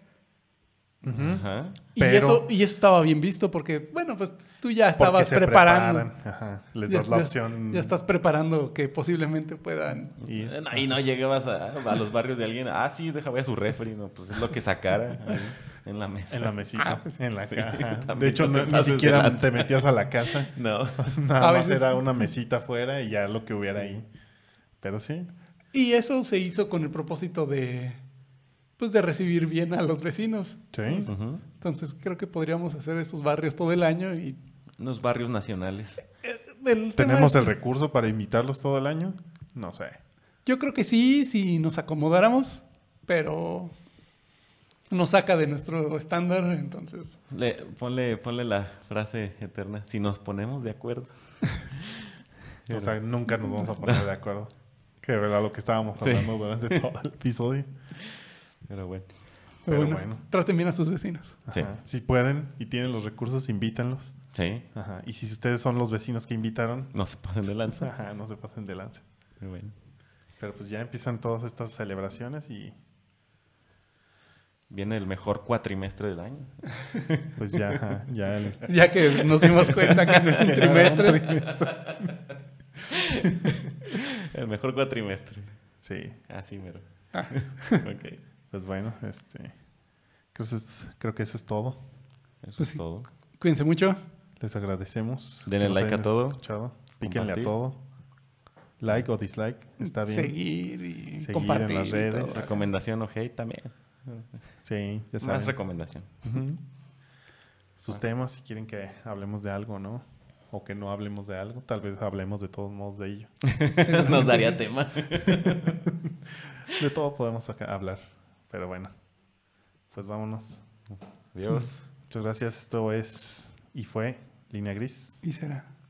S3: Ajá.
S2: y,
S1: Pero-
S2: eso, y eso estaba bien visto porque, bueno, pues tú ya
S1: Porque
S2: estabas
S1: se
S2: preparando.
S1: preparan. Ajá, Les
S2: Ya-
S1: das la
S2: ya-
S1: opción.
S2: Ya estás preparando que posiblemente puedan.
S1: y-
S3: Ahí no llegabas a, a los barrios de alguien. Ah, sí, deja voy a su refri. No, pues es lo que sacara ahí en la mesa.
S1: en la mesita, en la
S3: Ah, pues sí,
S1: caja. De
S3: también
S1: hecho,
S3: no te
S1: no- ni
S3: pases de
S1: siquiera
S3: lanza.
S1: te metías a la casa.
S3: No.
S1: Nada
S2: A
S1: más
S2: veces-
S1: era una mesita afuera y ya lo que hubiera ahí. Pero sí.
S2: Y eso se hizo con el propósito de, pues, de recibir bien a los vecinos.
S1: Sí.
S3: Ujú.
S2: Entonces creo que podríamos hacer esos barrios todo el año y eh,
S3: Unos barrios nacionales.
S2: el tema
S1: ¿Tenemos
S2: es-
S1: el recurso para invitarlos todo el año? No sé.
S2: Yo creo que sí, si nos acomodáramos, pero nos saca de nuestro estándar, entonces.
S3: Le- ponle, ponle la frase eterna. Si nos ponemos de acuerdo.
S1: O sea, nunca nos vamos a poner de acuerdo. Que era lo que estábamos
S3: Sí.
S1: hablando durante todo el episodio.
S3: Pero bueno.
S2: Pero
S1: Pero
S2: bueno,
S1: bueno.
S2: traten bien a sus vecinos.
S1: Ajá.
S3: Sí.
S1: Si pueden y tienen los recursos, invítanlos.
S3: Sí.
S1: Ajá. Y si ustedes son los vecinos que invitaron,
S3: No se pasen de lanza.
S1: ajá, no se pasen de lanza.
S3: Pero bueno.
S1: Pero pues ya empiezan todas estas celebraciones y
S3: Viene el mejor cuatrimestre del año.
S1: pues ya, ajá, ya el,
S2: Ya que nos dimos cuenta que no es un
S1: que no era un
S2: trimestre.
S1: trimestre.
S3: El mejor cuatrimestre.
S1: Sí.
S3: Así mero.
S2: Ah.
S3: Ok.
S1: Pues bueno, este. Creo, que eso es- creo que eso es todo.
S3: Eso
S2: Pues
S3: es
S2: sí.
S3: todo.
S2: Cuídense mucho.
S1: Les agradecemos.
S3: Denle
S1: que nos
S3: like a
S1: hayan
S3: todo.
S1: escuchado. Píquenle a
S3: Compartir.
S1: todo. Like o dislike. Está bien.
S2: Seguir y
S1: Seguir
S2: compartir.
S1: en las
S2: y
S1: redes.
S2: todo.
S3: Recomendación o hate también.
S1: Sí, ya
S3: Más
S1: saben.
S3: recomendación.
S1: Ujú. Sus temas, si quieren que hablemos de algo, ¿no? O que no hablemos de algo. Tal vez hablemos de todos modos de ello.
S3: Nos daría tema.
S1: De todo podemos acá hablar. Pero bueno. Pues vámonos.
S3: Dios.
S1: Muchas gracias. Esto es y fue Línea Gris.
S2: Y será.